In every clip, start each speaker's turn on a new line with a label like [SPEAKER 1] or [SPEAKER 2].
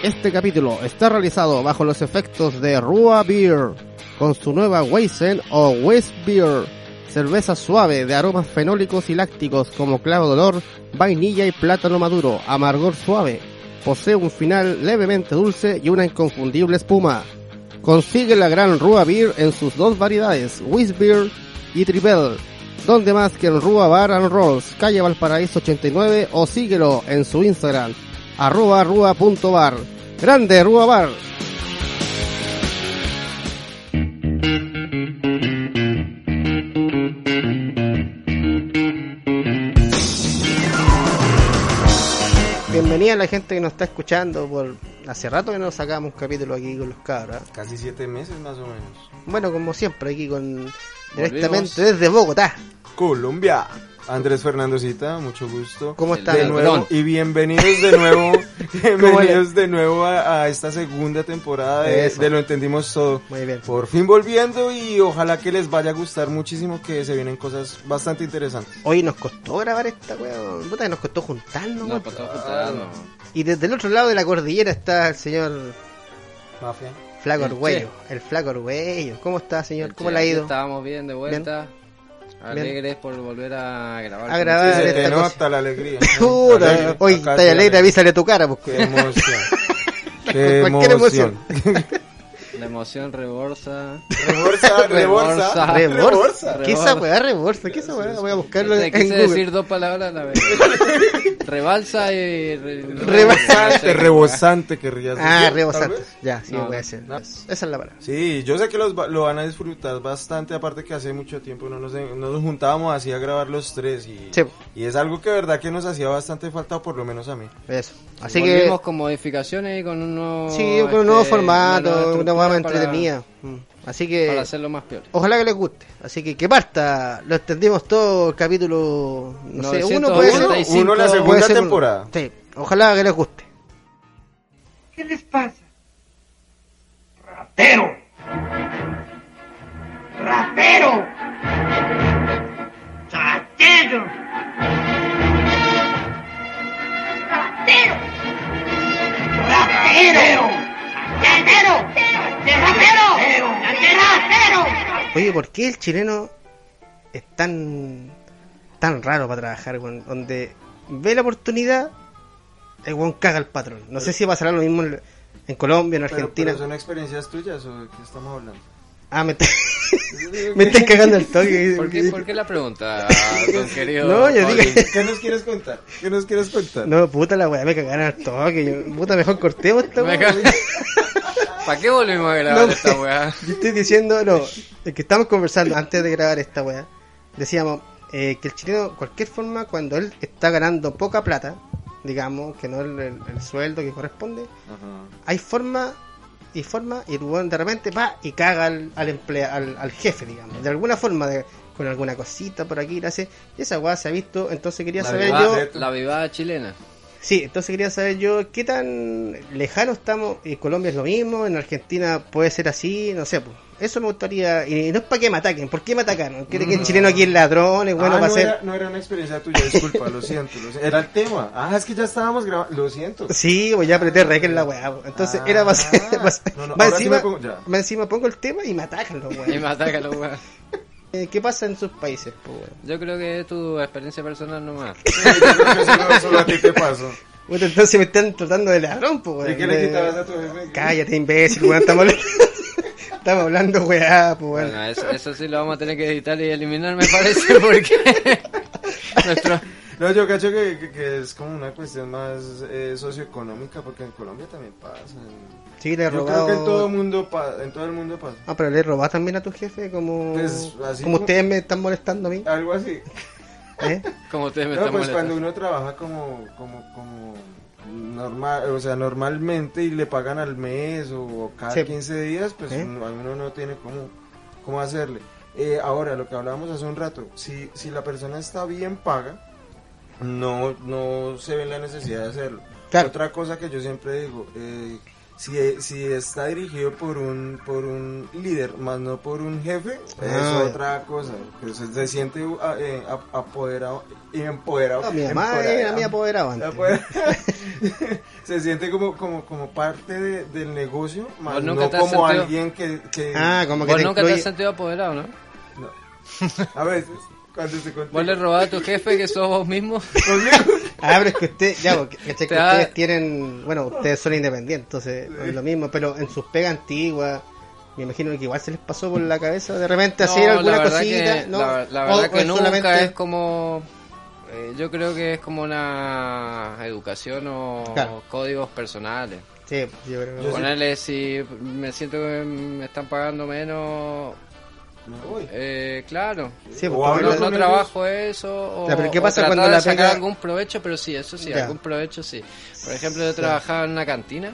[SPEAKER 1] Este capítulo está realizado bajo los efectos de Rua Beer, con su nueva Weizen o West Beer, cerveza suave de aromas fenólicos y lácticos como clavo de olor, vainilla y plátano maduro, amargor suave. Posee un final levemente dulce y una inconfundible espuma. Consigue la gran Rua Beer en sus dos variedades, West Beer y Tribel. Donde más que en Rua Bar and Rolls, calle Valparaíso 89 o síguelo en su Instagram, arroba rua.bar. Grande Rua Bar. Bienvenida a la gente que nos está escuchando por hace rato que no sacamos un capítulo aquí con los ¿eh? cabras.
[SPEAKER 2] Casi siete meses más o menos.
[SPEAKER 1] Bueno, como siempre aquí con directamente desde Bogotá.
[SPEAKER 2] Colombia. Andrés Fernando Cita, mucho gusto.
[SPEAKER 1] ¿Cómo
[SPEAKER 3] El
[SPEAKER 1] está?
[SPEAKER 2] de
[SPEAKER 3] el
[SPEAKER 2] nuevo
[SPEAKER 3] pelón.
[SPEAKER 2] y bienvenidos de nuevo,
[SPEAKER 1] ¿Cómo
[SPEAKER 2] bienvenidos de nuevo a, a esta segunda temporada de,
[SPEAKER 1] Eso.
[SPEAKER 2] de lo entendimos todo.
[SPEAKER 1] Muy bien.
[SPEAKER 2] Por fin volviendo y ojalá que les vaya a gustar muchísimo que se vienen cosas bastante interesantes.
[SPEAKER 1] Hoy nos costó grabar esta weón. Puta que nos costó juntarnos.
[SPEAKER 3] No,
[SPEAKER 1] weón. Ah.
[SPEAKER 3] para todo juntar, no.
[SPEAKER 1] Y desde el otro lado de la cordillera está el señor
[SPEAKER 2] Mafia.
[SPEAKER 1] Flaco
[SPEAKER 3] El
[SPEAKER 1] Arguello. El Flaco Arguello. ¿cómo está señor? ¿Cómo
[SPEAKER 3] Sí,
[SPEAKER 1] le ha
[SPEAKER 3] aquí
[SPEAKER 1] ido?
[SPEAKER 3] Estábamos bien de vuelta. Alegres por volver a grabar.
[SPEAKER 1] A grabar.
[SPEAKER 2] Se
[SPEAKER 1] Dale,
[SPEAKER 2] te
[SPEAKER 1] esta cosa.
[SPEAKER 2] nota la alegría.
[SPEAKER 1] Puta,
[SPEAKER 2] Alegre.
[SPEAKER 1] hoy
[SPEAKER 2] Acá
[SPEAKER 1] está
[SPEAKER 2] estoy
[SPEAKER 1] alegre, avísale a tu cara, pues.
[SPEAKER 2] Qué emoción. Qué
[SPEAKER 1] Cualquier
[SPEAKER 2] emoción.
[SPEAKER 3] La emoción reborsa.
[SPEAKER 2] Reborsa, reborsa,
[SPEAKER 3] Reborsa.
[SPEAKER 1] Reborsa. ¿Qué esa
[SPEAKER 3] Reborsa.
[SPEAKER 1] weá? Reborsa. ¿Qué esa weá? Voy a buscarlo
[SPEAKER 3] Te
[SPEAKER 1] en
[SPEAKER 3] quise
[SPEAKER 1] Google.
[SPEAKER 3] decir dos palabras a la vez. Rebalsa y... re- no
[SPEAKER 2] Rebosante,
[SPEAKER 3] sé.
[SPEAKER 2] rebosante querrías
[SPEAKER 1] Ah,
[SPEAKER 2] decir, tal
[SPEAKER 1] rebosante.
[SPEAKER 2] vez.
[SPEAKER 1] Ya, sí,
[SPEAKER 3] No,
[SPEAKER 1] voy a
[SPEAKER 3] no,
[SPEAKER 1] hacer.
[SPEAKER 2] no.
[SPEAKER 1] Esa es la palabra.
[SPEAKER 2] Sí, yo sé que los, va- lo van a disfrutar bastante, aparte que hace mucho tiempo no nos, no nos juntábamos así a grabar los tres y,
[SPEAKER 1] Sí.
[SPEAKER 2] y es algo que verdad que nos hacía bastante falta, o por lo menos a mí.
[SPEAKER 1] Eso. Así que.
[SPEAKER 3] Volvimos con modificaciones y con un nuevo...
[SPEAKER 1] Sí, con un nuevo
[SPEAKER 3] este, nueva
[SPEAKER 1] formato, una
[SPEAKER 3] estructura
[SPEAKER 1] weá más
[SPEAKER 3] para-
[SPEAKER 1] entretenida. Mm. Así que.
[SPEAKER 3] Para hacerlo más peor.
[SPEAKER 1] Ojalá que les guste. Así que que parta. Lo entendimos todo el capítulo. No sé, uno puede ser.
[SPEAKER 3] 985.
[SPEAKER 1] puede
[SPEAKER 2] Uno la
[SPEAKER 1] ser
[SPEAKER 2] segunda
[SPEAKER 1] uno.
[SPEAKER 2] temporada.
[SPEAKER 1] Sí, ojalá que les guste.
[SPEAKER 4] ¿Qué les pasa? ¡Ratero! ¡Ratero! ¡Ratero! ¡Ratero! ¡Ratero! ¡Ratero! ¡Ratero! ¡Ratero!
[SPEAKER 1] Oye, ¿por qué el chileno es tan, tan raro para trabajar? weón? Donde ve la oportunidad, el weón caga al patrón. No sé si pasará lo mismo en, en Colombia, en
[SPEAKER 2] Pero,
[SPEAKER 1] Argentina.
[SPEAKER 2] pero son experiencias tuyas o de qué estamos hablando.
[SPEAKER 1] Ah, me, está- me estás cagando el toque.
[SPEAKER 3] ¿Por qué, por qué la pregunta, don querido?
[SPEAKER 1] No, yo
[SPEAKER 3] Paulín?
[SPEAKER 1] dije-
[SPEAKER 2] ¿Qué nos quieres contar? ¿Qué nos quieres contar?
[SPEAKER 1] No, puta la weá, me cagaron al toque. Yo- puta, mejor cortemos esta weá.
[SPEAKER 3] Me ca- ¿Para qué volvimos a grabar
[SPEAKER 1] No,
[SPEAKER 3] esta
[SPEAKER 1] me-
[SPEAKER 3] weá?
[SPEAKER 1] Yo estoy diciendo, no, el que estamos conversando antes de grabar esta weá, decíamos eh, que el chileno, cualquier forma, cuando él está ganando poca plata, digamos, que no es el, el- el sueldo que corresponde,
[SPEAKER 2] Ajá.
[SPEAKER 1] hay forma y forma y el weón de repente va y caga al, al, emplea- al, al jefe, digamos, de alguna forma, de- con alguna cosita por aquí, le hace, y esa weá se ha visto, entonces quería
[SPEAKER 3] La
[SPEAKER 1] saber
[SPEAKER 3] vivada-
[SPEAKER 1] yo...
[SPEAKER 3] Ah, la vivada chilena.
[SPEAKER 1] Sí, entonces quería saber yo qué tan lejano estamos. En Colombia es lo mismo, en Argentina puede ser así, no sé. Pues. Eso me gustaría. Y no es para que me ataquen, ¿por qué me atacaron? ¿Quieren que el chileno aquí es ladrón? Es bueno
[SPEAKER 2] Mm. Ah,
[SPEAKER 1] para
[SPEAKER 2] no,
[SPEAKER 1] ser.
[SPEAKER 2] era, no era una experiencia tuya, disculpa, lo siento, lo siento. Era el tema. Ah, es que ya estábamos grabando, lo siento.
[SPEAKER 1] Sí, pues ya apreté rec en la weá. pues. Entonces era para ser.
[SPEAKER 2] Ah.
[SPEAKER 1] pa' ser-
[SPEAKER 2] No, no,
[SPEAKER 1] va
[SPEAKER 2] ahora sí
[SPEAKER 1] encima,
[SPEAKER 2] me pongo- ya.
[SPEAKER 1] va encima pongo el tema y me atacan los
[SPEAKER 3] Y
[SPEAKER 1] weones.
[SPEAKER 3] me ataca la weá.
[SPEAKER 1] Eh, ¿Qué pasa en sus países, pues, weón?
[SPEAKER 3] Yo creo que es tu experiencia personal nomás.
[SPEAKER 2] Eso solo a ti te pasó.
[SPEAKER 1] Puta, Entonces me están tratando de ladrón, pues, weón.
[SPEAKER 2] ¿Y qué le
[SPEAKER 1] Eh,
[SPEAKER 2] quitabas a tu jefe?
[SPEAKER 1] Cállate, imbécil, weón. Estamos, estamos hablando weá, pues, weón.
[SPEAKER 3] Bueno, eso, eso sí lo vamos a tener que editar y eliminar, me parece, porque. nuestro-
[SPEAKER 2] No, yo cacho que, que- que es como una cuestión más eh, socioeconómica, porque en Colombia también pasa. en-
[SPEAKER 1] Sí, le he
[SPEAKER 2] Yo creo
[SPEAKER 1] robado.
[SPEAKER 2] que en todo el mundo, pa- en todo el mundo pasa.
[SPEAKER 1] Ah, pero le robás también a tu jefe como,
[SPEAKER 2] Pues,
[SPEAKER 1] como
[SPEAKER 2] así como-
[SPEAKER 1] ustedes me están molestando a mí.
[SPEAKER 2] Algo así.
[SPEAKER 1] ¿eh?
[SPEAKER 3] Como ustedes me
[SPEAKER 2] No,
[SPEAKER 3] están
[SPEAKER 2] pues cuando
[SPEAKER 3] molestando.
[SPEAKER 2] uno trabaja como, como, como, normal, o sea, normalmente y le pagan al mes o, o cada
[SPEAKER 1] Sí.
[SPEAKER 2] 15 días, pues
[SPEAKER 1] Sí.
[SPEAKER 2] uno, uno no tiene cómo, cómo hacerle. Eh, ahora, lo que hablábamos hace un rato, si, si la persona está bien paga, no, no se ve la necesidad de hacerlo.
[SPEAKER 1] Claro.
[SPEAKER 2] Otra cosa que yo siempre digo, eh, si, si está dirigido por un, por un líder, más no por un jefe,
[SPEAKER 1] Ah.
[SPEAKER 2] es otra cosa. Pues, se, se siente uh, eh, ap- apoderado y empoderado.
[SPEAKER 1] No, mi mamá era mi apoderado antes.
[SPEAKER 2] Apoderado. se siente como, como, como parte de- del negocio, más
[SPEAKER 3] Vos
[SPEAKER 2] no
[SPEAKER 3] nunca te has
[SPEAKER 2] como
[SPEAKER 3] sentido-
[SPEAKER 2] alguien que... que-
[SPEAKER 1] Ah, como que
[SPEAKER 3] Vos
[SPEAKER 1] te
[SPEAKER 3] nunca te
[SPEAKER 1] incluye-
[SPEAKER 3] has sentido apoderado, ¿no?
[SPEAKER 2] no. A veces, cuando se contigo-
[SPEAKER 3] Vos le robás a tu jefe que sos vos mismo.
[SPEAKER 2] conmigo-
[SPEAKER 1] Ah, pero es que usted, ya, porque, ¿cachai? que
[SPEAKER 3] Te da-
[SPEAKER 1] ustedes tienen, bueno, ustedes son independientes, entonces no es lo mismo, pero en sus pegas antiguas, me imagino que igual se les pasó por la cabeza de repente hacer
[SPEAKER 3] No,
[SPEAKER 1] alguna
[SPEAKER 3] la verdad
[SPEAKER 1] cosita,
[SPEAKER 3] que,
[SPEAKER 1] ¿no?
[SPEAKER 3] La, la
[SPEAKER 1] O-
[SPEAKER 3] verdad
[SPEAKER 1] o
[SPEAKER 3] que
[SPEAKER 1] es
[SPEAKER 3] nunca
[SPEAKER 1] solamente-
[SPEAKER 3] es como... eh, yo creo que es como una educación o
[SPEAKER 1] Claro.
[SPEAKER 3] códigos personales.
[SPEAKER 1] Sí, yo creo que-
[SPEAKER 2] Yo sí.
[SPEAKER 3] Ponerle si me siento que me están pagando menos,
[SPEAKER 2] Me voy.
[SPEAKER 3] eh, claro.
[SPEAKER 1] sí, pues,
[SPEAKER 2] o hablo
[SPEAKER 3] No,
[SPEAKER 1] bueno,
[SPEAKER 2] con
[SPEAKER 3] no
[SPEAKER 2] ellos.
[SPEAKER 3] trabajo eso. O,
[SPEAKER 1] Ya, pero ¿qué
[SPEAKER 3] o
[SPEAKER 1] pasa
[SPEAKER 3] tratar
[SPEAKER 1] cuando
[SPEAKER 3] de
[SPEAKER 1] la
[SPEAKER 3] sacar
[SPEAKER 1] pega-
[SPEAKER 3] algún provecho? Pero sí, eso sí,
[SPEAKER 1] Ya.
[SPEAKER 3] algún provecho sí. Por ejemplo, yo
[SPEAKER 1] Sí.
[SPEAKER 3] trabajaba en una cantina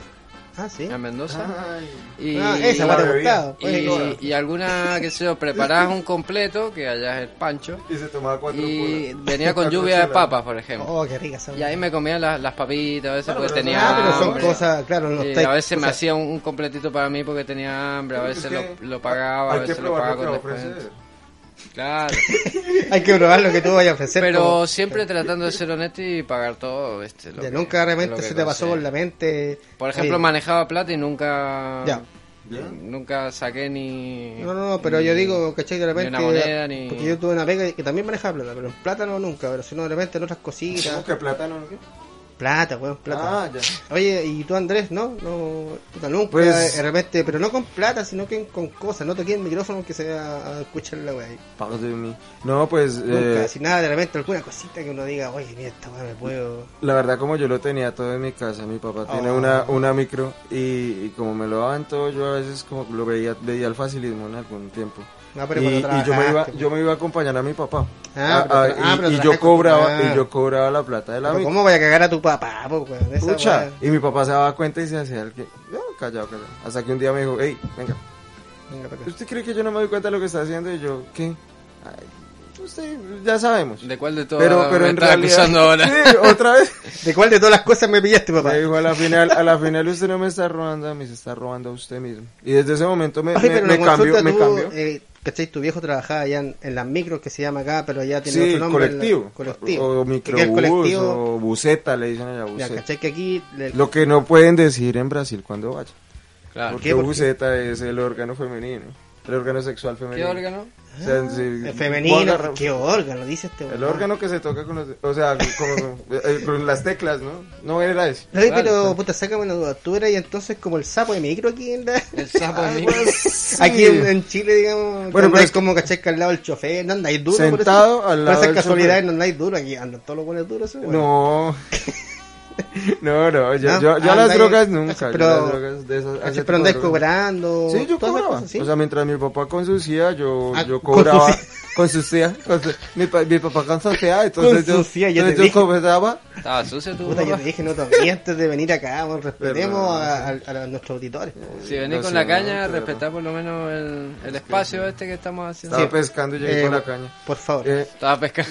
[SPEAKER 1] Ah, sí.
[SPEAKER 3] en Mendoza.
[SPEAKER 2] Ay.
[SPEAKER 3] Y,
[SPEAKER 1] Ah, esa, guarda
[SPEAKER 2] bebida.
[SPEAKER 1] buscado.
[SPEAKER 3] y, y alguna, que sé yo, preparabas un completo, que allá es el pancho,
[SPEAKER 2] Y se tomaba cuatro
[SPEAKER 3] y
[SPEAKER 2] puras.
[SPEAKER 3] venía con
[SPEAKER 2] Cuatro
[SPEAKER 3] lluvia de
[SPEAKER 2] chelas.
[SPEAKER 3] papas, por ejemplo.
[SPEAKER 1] Oh, qué rica esa.
[SPEAKER 3] Y ahí me comía la- las papitas, a veces
[SPEAKER 2] Bueno,
[SPEAKER 3] porque
[SPEAKER 2] pero
[SPEAKER 3] tenía
[SPEAKER 1] Ah, pero son
[SPEAKER 3] hambre.
[SPEAKER 1] cosas, claro, no
[SPEAKER 3] Sí,
[SPEAKER 1] estáis-
[SPEAKER 3] a veces me
[SPEAKER 1] o sea,
[SPEAKER 3] hacía un, un completito para mí porque tenía hambre, a
[SPEAKER 2] Pero es
[SPEAKER 3] veces lo,
[SPEAKER 2] que
[SPEAKER 3] lo pagaba, a
[SPEAKER 2] hay que
[SPEAKER 3] veces lo
[SPEAKER 2] probar
[SPEAKER 3] pagaba
[SPEAKER 2] lo
[SPEAKER 3] con
[SPEAKER 2] que va a
[SPEAKER 3] descuento.
[SPEAKER 2] ofrecer.
[SPEAKER 3] Claro.
[SPEAKER 1] Hay que probar lo que tú vayas a ofrecer.
[SPEAKER 3] Pero
[SPEAKER 1] como-
[SPEAKER 3] siempre tratando de ser honesto y pagar todo, ¿viste? Lo
[SPEAKER 1] de
[SPEAKER 3] que-
[SPEAKER 1] nunca
[SPEAKER 3] lo
[SPEAKER 1] realmente
[SPEAKER 3] que
[SPEAKER 1] se te pasó
[SPEAKER 3] conseguí.
[SPEAKER 1] por la mente.
[SPEAKER 3] Por ejemplo,
[SPEAKER 1] Sí.
[SPEAKER 3] manejaba plata y nunca...
[SPEAKER 1] Ya.
[SPEAKER 2] Bien.
[SPEAKER 3] Nunca saqué ni...
[SPEAKER 1] No, no, no, pero yo digo, ¿cachai? De
[SPEAKER 3] ni
[SPEAKER 1] repente.
[SPEAKER 3] una moneda, ni-
[SPEAKER 1] Porque yo tuve una pega que también manejaba plata, pero en plata no nunca, pero si no, de repente en otras
[SPEAKER 2] ¿Cómo
[SPEAKER 1] cositas.
[SPEAKER 2] que plátano? ¿Qué?
[SPEAKER 1] Plata, weón, plata.
[SPEAKER 2] Ah, ya.
[SPEAKER 1] Oye, y tú Andrés, ¿no? No, puta, nunca,
[SPEAKER 2] Pues-
[SPEAKER 1] de repente, pero no con plata, sino que con cosas, no toqué el micrófono que se va a escuchar la
[SPEAKER 3] Eh.
[SPEAKER 1] weá ahí.
[SPEAKER 2] Pagos de mí. No, pues
[SPEAKER 1] Nunca,
[SPEAKER 2] eh,
[SPEAKER 1] sin nada, de repente alguna cosita que uno diga, oye, mira, esta weá me puedo.
[SPEAKER 2] la verdad como yo lo tenía todo en mi casa, mi papá tiene
[SPEAKER 1] Oh.
[SPEAKER 2] una, una micro y, y como me lo daban todo, yo a veces como lo veía, veía el facilismo en algún tiempo.
[SPEAKER 1] No, pero cuando
[SPEAKER 2] y, y yo me iba,
[SPEAKER 1] trabajaste,
[SPEAKER 2] yo me iba a acompañar a mi papá.
[SPEAKER 1] Ah, pero tra- ah, pero
[SPEAKER 2] y, y
[SPEAKER 1] trabajaste
[SPEAKER 2] yo
[SPEAKER 1] con tu
[SPEAKER 2] cobraba,
[SPEAKER 1] papá.
[SPEAKER 2] y yo cobraba la plata de la
[SPEAKER 1] Pero
[SPEAKER 2] micro.
[SPEAKER 1] ¿Cómo voy a cagar a tu papá, po, weón? Esa
[SPEAKER 2] Pucha,
[SPEAKER 1] weá.
[SPEAKER 2] y mi papá se daba cuenta y se hacía el que, no, callado, callado. Hasta que un día me dijo, hey, venga,
[SPEAKER 1] Venga, para acá.
[SPEAKER 2] ¿Usted cree que yo no me doy cuenta de lo que está haciendo? Y yo, ¿qué? Ay, usted, ya sabemos.
[SPEAKER 3] ¿De cuál de todas
[SPEAKER 2] Pero, pero
[SPEAKER 3] me
[SPEAKER 2] en
[SPEAKER 3] estás
[SPEAKER 2] realidad.
[SPEAKER 3] acusando ahora?
[SPEAKER 2] Sí, otra vez.
[SPEAKER 1] ¿De cuál de todas las cosas me pillaste, papá?
[SPEAKER 2] Me dijo a la final, a la final usted no me está robando a mí, se está robando a usted mismo. Y desde ese momento me,
[SPEAKER 1] Oye,
[SPEAKER 2] me,
[SPEAKER 1] pero
[SPEAKER 2] me
[SPEAKER 1] la
[SPEAKER 2] cambió,
[SPEAKER 1] consulta
[SPEAKER 2] me
[SPEAKER 1] tú,
[SPEAKER 2] cambió.
[SPEAKER 1] eh, ¿Cachai? Tu viejo trabajaba allá en, en las micros que se llama acá, pero allá tiene
[SPEAKER 2] Sí,
[SPEAKER 1] otro nombre.
[SPEAKER 2] colectivo.
[SPEAKER 1] la- colectivo.
[SPEAKER 2] O
[SPEAKER 1] Que queda el
[SPEAKER 2] microbús,
[SPEAKER 1] colectivo.
[SPEAKER 2] o buceta, le dicen allá,
[SPEAKER 1] Ya,
[SPEAKER 2] buceta.
[SPEAKER 1] ¿cachai? Que aquí. le-
[SPEAKER 2] Lo que no pueden decir en Brasil cuando vaya.
[SPEAKER 3] Claro.
[SPEAKER 2] Porque
[SPEAKER 1] qué? ¿Por qué?
[SPEAKER 2] buceta es el órgano femenino. El órgano sexual
[SPEAKER 3] ¿Qué
[SPEAKER 2] femenino.
[SPEAKER 3] órgano?
[SPEAKER 2] O sea, si-
[SPEAKER 1] Ah, el
[SPEAKER 2] vos
[SPEAKER 1] femenino.
[SPEAKER 2] agarras-
[SPEAKER 1] ¿Qué órgano? Dice este.
[SPEAKER 2] El
[SPEAKER 1] weón.
[SPEAKER 2] órgano que se toca con los, o sea, con, con- eh, con las teclas, ¿no? No era ese.
[SPEAKER 1] Oye, pero
[SPEAKER 3] Claro.
[SPEAKER 1] puta, sácame una duda. Tú eras y entonces como el sapo de micro aquí en la.
[SPEAKER 3] El sapo
[SPEAKER 2] Ah,
[SPEAKER 3] de mí.
[SPEAKER 2] pues.
[SPEAKER 1] Aquí en, en Chile, digamos,
[SPEAKER 2] Bueno,
[SPEAKER 1] bueno,
[SPEAKER 2] pero
[SPEAKER 1] andáis
[SPEAKER 2] es que-
[SPEAKER 1] como cachai que al lado del chofer, no andáis duro. por
[SPEAKER 2] Sentado
[SPEAKER 1] eso.
[SPEAKER 2] al
[SPEAKER 1] Por
[SPEAKER 2] lado
[SPEAKER 1] esas
[SPEAKER 2] del
[SPEAKER 1] casualidades
[SPEAKER 2] chofer.
[SPEAKER 1] no andáis duro aquí, andan todos los buenos duros. weón.
[SPEAKER 2] No. No, no, yo,
[SPEAKER 1] ¿No?
[SPEAKER 2] yo, yo
[SPEAKER 1] Ah,
[SPEAKER 2] las
[SPEAKER 1] andáis-
[SPEAKER 2] drogas nunca. yo
[SPEAKER 1] pero-
[SPEAKER 2] las drogas de esas-
[SPEAKER 1] ¿Cachai? Pero
[SPEAKER 2] ese tipo de
[SPEAKER 1] andáis
[SPEAKER 2] drogas.
[SPEAKER 1] cobrando.
[SPEAKER 2] Sí, yo
[SPEAKER 1] todas esas
[SPEAKER 2] cobraba.
[SPEAKER 1] cosas, ¿sí?
[SPEAKER 2] O sea, mientras mi papá consucía, yo,
[SPEAKER 1] Ah,
[SPEAKER 2] yo
[SPEAKER 1] con su
[SPEAKER 2] cobraba.
[SPEAKER 1] sida.
[SPEAKER 2] Con su sida, con su- mi, pa- mi papá consucía, entonces yo,
[SPEAKER 1] Consucía, ya te
[SPEAKER 2] entonces yo
[SPEAKER 1] dije.
[SPEAKER 2] cobraba.
[SPEAKER 3] Estaba sucio tu
[SPEAKER 1] Puta, yo
[SPEAKER 3] papá.
[SPEAKER 1] te dije, no te antes de venir acá, weón, respetemos a,
[SPEAKER 2] Verdad.
[SPEAKER 1] a- a nuestros auditores. po.
[SPEAKER 3] Si
[SPEAKER 2] No
[SPEAKER 3] venís con
[SPEAKER 2] sé,
[SPEAKER 3] la
[SPEAKER 2] no,
[SPEAKER 3] caña,
[SPEAKER 2] pero-
[SPEAKER 3] respetá por lo menos el, el espacio este que estamos haciendo.
[SPEAKER 2] Estaba pescando y llegué
[SPEAKER 1] Eh,
[SPEAKER 2] con la caña.
[SPEAKER 1] Por favor.
[SPEAKER 2] Eh,
[SPEAKER 3] Estaba pescando.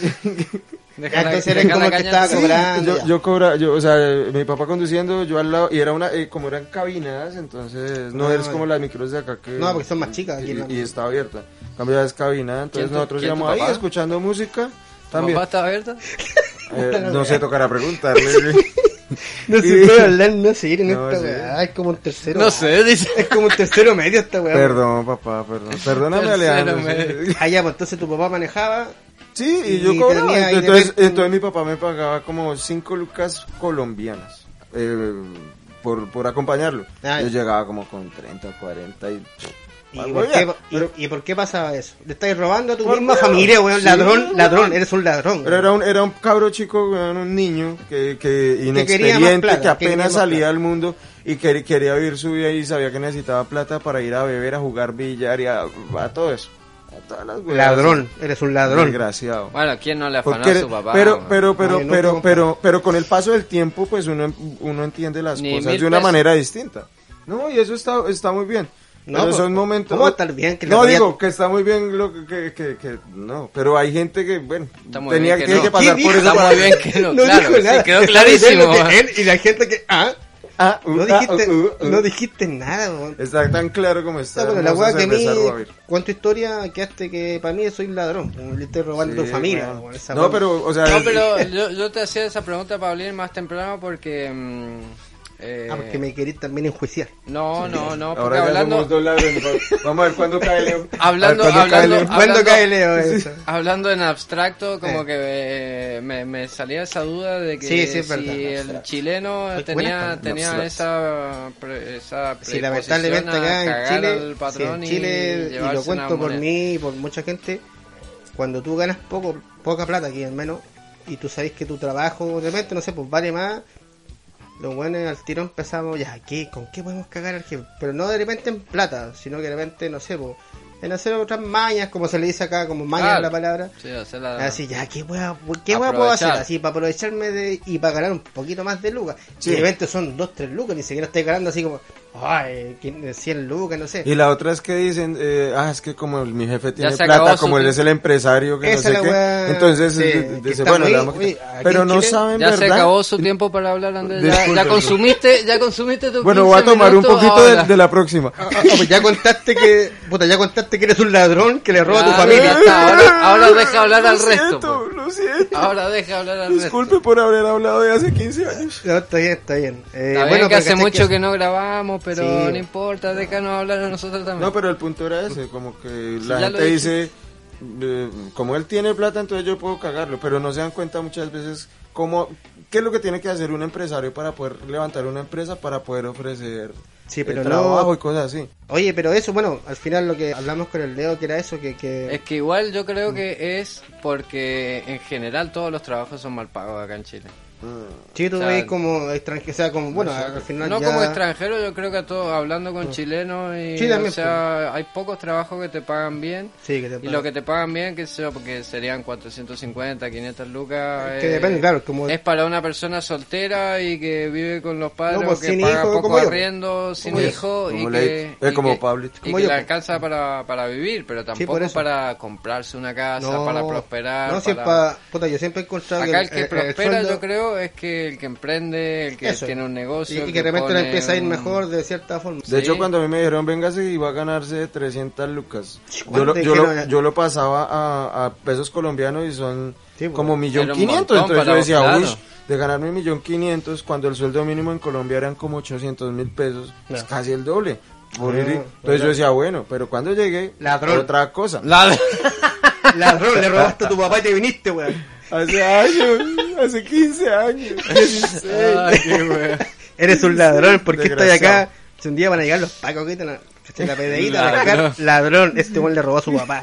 [SPEAKER 3] Deja la-
[SPEAKER 1] entonces eres
[SPEAKER 3] deja
[SPEAKER 1] como
[SPEAKER 3] la
[SPEAKER 1] el que
[SPEAKER 3] caña
[SPEAKER 1] estaba
[SPEAKER 3] en su-
[SPEAKER 1] cobrando.
[SPEAKER 2] yo,
[SPEAKER 1] ya.
[SPEAKER 2] yo cobra, yo, o sea, eh, mi papá conduciendo, yo al lado, y era una, eh, como eran cabinas, entonces no
[SPEAKER 1] Ah,
[SPEAKER 2] es
[SPEAKER 1] ya.
[SPEAKER 2] como las micros de acá que...
[SPEAKER 1] No, porque son más chicas aquí
[SPEAKER 2] Y,
[SPEAKER 1] en la-
[SPEAKER 2] y está abierta. En cambio ya es cabina,
[SPEAKER 3] ¿Quién
[SPEAKER 2] entonces
[SPEAKER 3] tu-
[SPEAKER 2] nosotros
[SPEAKER 3] quién tu
[SPEAKER 2] íbamos ahí
[SPEAKER 3] papá?
[SPEAKER 2] escuchando música,
[SPEAKER 3] ¿Tu
[SPEAKER 2] también.
[SPEAKER 3] papá estaba abierto?
[SPEAKER 2] Eh, no sé, tocará preguntarle.
[SPEAKER 1] No se
[SPEAKER 2] y-
[SPEAKER 1] puede hablar, no seguir en
[SPEAKER 2] No,
[SPEAKER 1] esta
[SPEAKER 2] sí.
[SPEAKER 1] weá. Es como un tercero.
[SPEAKER 3] No sé, dice.
[SPEAKER 1] Es como un tercero medio esta weá.
[SPEAKER 2] Perdón, papá, perdón. Perdóname,
[SPEAKER 3] Tercero
[SPEAKER 2] Alejandro.
[SPEAKER 3] medio.
[SPEAKER 2] sí.
[SPEAKER 1] Ah, ya, pues entonces tu papá manejaba.
[SPEAKER 2] Sí, y,
[SPEAKER 1] Y
[SPEAKER 2] yo cobraba.
[SPEAKER 1] tenía ahí de
[SPEAKER 2] Entonces,
[SPEAKER 1] ver-
[SPEAKER 2] entonces mi papá me pagaba como 5 lucas colombianas eh, por, por acompañarlo.
[SPEAKER 1] Ah,
[SPEAKER 2] yo
[SPEAKER 1] ya.
[SPEAKER 2] llegaba como con 30 o 40 y...
[SPEAKER 1] ¿Y,
[SPEAKER 2] Ah,
[SPEAKER 1] por
[SPEAKER 2] bueno,
[SPEAKER 1] qué,
[SPEAKER 2] ya,
[SPEAKER 1] y-
[SPEAKER 2] pero-
[SPEAKER 1] y por qué pasaba eso? Le estáis robando a tu
[SPEAKER 2] Por
[SPEAKER 1] misma
[SPEAKER 2] huevo.
[SPEAKER 1] familia, weón.
[SPEAKER 2] Sí,
[SPEAKER 1] ladrón,
[SPEAKER 2] weón.
[SPEAKER 1] ladrón, eres un ladrón.
[SPEAKER 2] Pero
[SPEAKER 1] weón.
[SPEAKER 2] era un, era un cabro chico, weón, un niño que, que
[SPEAKER 1] quería más
[SPEAKER 2] inexperiente, que,
[SPEAKER 1] plata, que quería
[SPEAKER 2] apenas
[SPEAKER 1] más
[SPEAKER 2] salía
[SPEAKER 1] plata.
[SPEAKER 2] al mundo y que, quería vivir su vida y sabía que necesitaba plata para ir a beber, a jugar billar y a, a todo eso. A todas las weas.
[SPEAKER 1] Ladrón, eres un ladrón.
[SPEAKER 2] Desgraciado.
[SPEAKER 3] Bueno, ¿quién no le afanó
[SPEAKER 2] Porque
[SPEAKER 3] a
[SPEAKER 2] eres-
[SPEAKER 3] su papá?
[SPEAKER 2] pero,
[SPEAKER 3] weón?
[SPEAKER 2] pero, pero,
[SPEAKER 1] Ay, no,
[SPEAKER 2] pero,
[SPEAKER 1] ¿cómo?
[SPEAKER 2] pero, pero con el paso del tiempo, pues uno, uno entiende las
[SPEAKER 3] Ni
[SPEAKER 2] cosas
[SPEAKER 3] mil
[SPEAKER 2] de una
[SPEAKER 3] pesos.
[SPEAKER 2] manera distinta. No, y eso está, está muy bien.
[SPEAKER 1] No,
[SPEAKER 2] pero
[SPEAKER 1] pues,
[SPEAKER 2] son momentos.
[SPEAKER 1] ¿cómo va a estar bien que le
[SPEAKER 2] no
[SPEAKER 1] vaya-
[SPEAKER 2] digo que está muy bien lo que, que, que- que- no, pero hay gente que, bueno,
[SPEAKER 3] Está muy
[SPEAKER 2] tenía
[SPEAKER 3] bien que
[SPEAKER 2] tiene que
[SPEAKER 3] no.
[SPEAKER 1] ¿Quién
[SPEAKER 2] pasar
[SPEAKER 1] dijo?
[SPEAKER 2] por eso.
[SPEAKER 3] Está
[SPEAKER 2] para-
[SPEAKER 3] muy bien que no, claro, sí, quedó
[SPEAKER 1] Está diciendo
[SPEAKER 3] clarísimo.
[SPEAKER 1] que él y la gente que. Ah,
[SPEAKER 2] Ah, uh,
[SPEAKER 1] no
[SPEAKER 2] ah,
[SPEAKER 1] dijiste,
[SPEAKER 2] uh, uh, uh.
[SPEAKER 1] no dijiste nada, weón.
[SPEAKER 2] Está tan claro como está.
[SPEAKER 1] Está Ah, bueno, la
[SPEAKER 2] hermosa
[SPEAKER 1] weá que a mí,
[SPEAKER 2] cerveza Ruabir.
[SPEAKER 1] con tu historia quedaste que para mí soy ladrón, weón, le estoy robando
[SPEAKER 2] Sí,
[SPEAKER 1] familia.
[SPEAKER 2] weón.
[SPEAKER 1] weón, esa ah,
[SPEAKER 2] No,
[SPEAKER 1] weón.
[SPEAKER 2] pero, o sea,
[SPEAKER 3] No, pero yo, yo te hacía esa pregunta, Paulín, más temprano porque... mm, eh,
[SPEAKER 1] Ah, porque me querés también enjuiciar.
[SPEAKER 3] No, no, no, porque
[SPEAKER 2] ahora ya somos
[SPEAKER 3] hablando,
[SPEAKER 2] dos ladrones. Vamos a ver cuándo cae Leo.
[SPEAKER 3] Hablando-
[SPEAKER 2] A ver cuándo cae
[SPEAKER 3] hablando-
[SPEAKER 2] Leo.
[SPEAKER 3] Hablando-
[SPEAKER 1] ¿Cuándo cae Leo eso?
[SPEAKER 3] hablando en abstracto, como
[SPEAKER 1] Eh.
[SPEAKER 3] que eh, me, me salía esa duda de que
[SPEAKER 1] Sí, sí, es
[SPEAKER 3] si
[SPEAKER 1] verdad,
[SPEAKER 3] el
[SPEAKER 1] abstracto.
[SPEAKER 3] chileno
[SPEAKER 1] Ay, buena
[SPEAKER 3] tenía,
[SPEAKER 1] esta,
[SPEAKER 3] tenía
[SPEAKER 2] abstracto.
[SPEAKER 3] esa, pre- esa
[SPEAKER 1] Sí,
[SPEAKER 3] predisposición
[SPEAKER 1] lamentablemente
[SPEAKER 3] a
[SPEAKER 1] acá en
[SPEAKER 3] cagar
[SPEAKER 1] Chile,
[SPEAKER 3] al
[SPEAKER 1] sí, en
[SPEAKER 3] patrón y
[SPEAKER 1] Chile, y,
[SPEAKER 3] llevarse
[SPEAKER 1] lo
[SPEAKER 3] una
[SPEAKER 1] cuento por
[SPEAKER 3] moneda.
[SPEAKER 1] mí y por mucha gente, cuando tú ganas poco, poca plata aquí al menos, y tú sabes que tu trabajo, de repente, no sé, pues vale más, los buenos al tiro empezamos, ya, ¿qué? ¿Con qué podemos cagar al jefe? Pero no de repente en plata, sino que de repente, no sé, pues, en hacer otras mañas, como se le dice acá, como mañas
[SPEAKER 3] Claro.
[SPEAKER 1] la palabra.
[SPEAKER 3] Sí, hacer la-
[SPEAKER 1] Así, ya, ¿qué hueá, qué hueá puedo hacer?
[SPEAKER 3] Aprovechar.
[SPEAKER 1] Así, para aprovecharme de, y para ganar un poquito más de lucas.
[SPEAKER 2] Sí.
[SPEAKER 1] Y de repente son 2, 3 lucas, ni siquiera estoy ganando así como, ay, 15, 100 lucas, no sé.
[SPEAKER 2] Y la otra es que dicen, eh, ah, es que como el- mi jefe tiene
[SPEAKER 3] se acabó
[SPEAKER 2] plata,
[SPEAKER 3] su
[SPEAKER 2] como él
[SPEAKER 3] tiempo.
[SPEAKER 2] es el empresario, que
[SPEAKER 1] Esa
[SPEAKER 2] no
[SPEAKER 1] la
[SPEAKER 2] sé qué.
[SPEAKER 1] weá,
[SPEAKER 2] Entonces,
[SPEAKER 1] sí,
[SPEAKER 2] eh,
[SPEAKER 1] que
[SPEAKER 2] dice,
[SPEAKER 1] está
[SPEAKER 2] bueno,
[SPEAKER 1] muy-
[SPEAKER 2] le vamos a
[SPEAKER 1] uy,
[SPEAKER 2] quitar.
[SPEAKER 1] aquí
[SPEAKER 2] pero
[SPEAKER 1] en
[SPEAKER 2] no
[SPEAKER 1] Chile
[SPEAKER 2] saben,
[SPEAKER 3] Ya se
[SPEAKER 2] ¿verdad?
[SPEAKER 3] acabó su tiempo para hablar, Andrés. Ya, ya
[SPEAKER 2] Disculpen.
[SPEAKER 3] consumiste, ya consumiste tu
[SPEAKER 2] Bueno, voy a tomar un poquito de, de
[SPEAKER 3] la...
[SPEAKER 2] la próxima.
[SPEAKER 1] Ah, ah, pues ya contaste que, puta, ya contaste que eres un ladrón que le roba a tu
[SPEAKER 3] Ya,
[SPEAKER 1] familia.
[SPEAKER 3] ya está, ahora- ahora deja hablar
[SPEAKER 2] Lo
[SPEAKER 3] al resto,
[SPEAKER 2] siento,
[SPEAKER 3] pues.
[SPEAKER 2] Lo siento,
[SPEAKER 3] Ahora deja hablar al
[SPEAKER 2] Disculpe por haber hablado de hace 15 años.
[SPEAKER 1] No, está bien, está bien. Eh,
[SPEAKER 3] Está bien
[SPEAKER 1] bueno,
[SPEAKER 3] que
[SPEAKER 1] pero
[SPEAKER 3] hace
[SPEAKER 1] caché
[SPEAKER 3] mucho que no grabamos, pero
[SPEAKER 1] Sí.
[SPEAKER 3] no importa, déjanos hablar a nosotros también.
[SPEAKER 2] No, pero el punto era ese, como que la
[SPEAKER 3] ya lo
[SPEAKER 2] gente
[SPEAKER 3] dije.
[SPEAKER 2] dice, eh, como él tiene plata, entonces yo puedo cagarlo, pero no se dan cuenta muchas veces cómo, qué es lo que tiene que hacer un empresario para poder levantar una empresa, para poder ofrecer
[SPEAKER 1] Sí,
[SPEAKER 2] eh,
[SPEAKER 1] pero no-
[SPEAKER 2] trabajo y cosas así.
[SPEAKER 1] Oye, pero eso, bueno, al final lo que hablamos con el Leo, que era eso, que... que...
[SPEAKER 3] Es que igual yo creo que es porque en general todos los trabajos son mal pagos acá en Chile.
[SPEAKER 1] Sí, tú
[SPEAKER 3] o sea,
[SPEAKER 1] veis como extranjero, o sea, como, bueno, al final
[SPEAKER 3] no
[SPEAKER 1] ya-
[SPEAKER 3] como extranjero, yo creo que a todos, hablando con chilenos, y,
[SPEAKER 1] Sí, también,
[SPEAKER 3] o sea, hay pocos trabajos que te pagan bien.
[SPEAKER 1] Sí, que te
[SPEAKER 3] Y lo que te pagan bien, que sea, porque serían 450, 500 lucas.
[SPEAKER 1] Que
[SPEAKER 3] eh,
[SPEAKER 1] depende, claro, como-
[SPEAKER 3] Es para una persona soltera y que vive con los padres,
[SPEAKER 1] No, pues,
[SPEAKER 3] o que
[SPEAKER 1] sin
[SPEAKER 3] paga
[SPEAKER 1] hijo,
[SPEAKER 3] poco
[SPEAKER 1] como yo.
[SPEAKER 3] arriendo, sin
[SPEAKER 1] yo.
[SPEAKER 3] hijo, y
[SPEAKER 2] Como
[SPEAKER 3] que,
[SPEAKER 2] Leite. Eh,
[SPEAKER 3] y
[SPEAKER 2] como
[SPEAKER 3] que-
[SPEAKER 2] Pablito.
[SPEAKER 3] y
[SPEAKER 1] Como
[SPEAKER 3] que
[SPEAKER 1] yo.
[SPEAKER 3] le alcanza para, para vivir, pero tampoco
[SPEAKER 1] por eso.
[SPEAKER 3] para comprarse una casa, para prosperar.
[SPEAKER 1] No, si es
[SPEAKER 3] para-
[SPEAKER 1] para... Puta, yo siempre he encontrado
[SPEAKER 3] Acá el
[SPEAKER 1] eh,
[SPEAKER 3] que
[SPEAKER 1] eh,
[SPEAKER 3] prospera,
[SPEAKER 1] sueldo-
[SPEAKER 3] yo creo, es que el que emprende, el que
[SPEAKER 1] Eso.
[SPEAKER 3] tiene un negocio.
[SPEAKER 1] Y, y
[SPEAKER 3] el
[SPEAKER 1] que de repente le
[SPEAKER 3] pone
[SPEAKER 1] empieza a ir
[SPEAKER 3] un-
[SPEAKER 1] mejor de cierta forma.
[SPEAKER 2] De hecho,
[SPEAKER 3] Sí.
[SPEAKER 2] cuando a mí me dijeron, véngase y va a ganarse 300 lucas. Yo lo,
[SPEAKER 1] ¿Cuánto
[SPEAKER 2] yo, lo,
[SPEAKER 1] dijeron?
[SPEAKER 2] yo lo pasaba a, a pesos colombianos y son
[SPEAKER 1] Sí, pues.
[SPEAKER 2] como millón
[SPEAKER 3] Era un
[SPEAKER 2] quinientos. Entonces
[SPEAKER 3] montón
[SPEAKER 2] yo
[SPEAKER 3] para-
[SPEAKER 2] decía,
[SPEAKER 3] claro.
[SPEAKER 2] uy, de ganarme un millón quinientos cuando el sueldo mínimo en Colombia eran como 800 mil pesos, es
[SPEAKER 1] Claro.
[SPEAKER 2] casi el doble. Por ir y-
[SPEAKER 1] Ah,
[SPEAKER 2] entonces yo decía, bueno, pero cuando llegué,
[SPEAKER 1] Ladrón.
[SPEAKER 2] otra cosa.
[SPEAKER 1] Ladrón, le robaste a tu papá y te viniste, weón.
[SPEAKER 2] Hace años, hace 15 años, 16.
[SPEAKER 3] Ay, qué wea.
[SPEAKER 1] Eres un ladrón, ¿por qué estás
[SPEAKER 2] Desgraciado.
[SPEAKER 1] acá? Si un día van a llegar los pacos que te la, se la pedeíta van a
[SPEAKER 3] Ladrón.
[SPEAKER 1] cagar, ladrón, este weón le robó a su papá.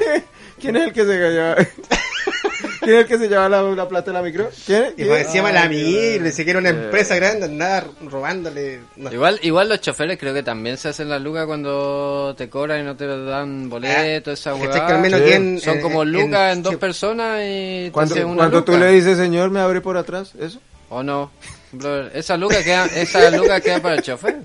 [SPEAKER 2] ¿Quién es el que se lleva? ¿Quién es el que se lleva la, la plata de la micro? ¿Quién?
[SPEAKER 1] Y por
[SPEAKER 2] ¿Quién?
[SPEAKER 1] encima la
[SPEAKER 2] Ay,
[SPEAKER 1] mí,
[SPEAKER 2] qué
[SPEAKER 1] ni siquiera una
[SPEAKER 2] Eh.
[SPEAKER 1] empresa grande andaba robándole. no.
[SPEAKER 3] Igual, igual los choferes creo que también se hacen la luca cuando te cobran y no te dan boleto, esa
[SPEAKER 1] ¿Cachai?
[SPEAKER 3] hueá.
[SPEAKER 1] Ah, Que al menos
[SPEAKER 2] Sí.
[SPEAKER 1] aquí en-
[SPEAKER 3] Son
[SPEAKER 1] en-
[SPEAKER 3] como
[SPEAKER 1] en-
[SPEAKER 3] lucas en dos
[SPEAKER 1] sí.
[SPEAKER 3] personas y te
[SPEAKER 2] Cuando,
[SPEAKER 3] hacen una
[SPEAKER 2] cuando tú
[SPEAKER 3] luca.
[SPEAKER 2] le dices, señor, me abre por atrás, eso.
[SPEAKER 3] ¿O no? Brother, esa luca queda, esa luca queda para el chofer.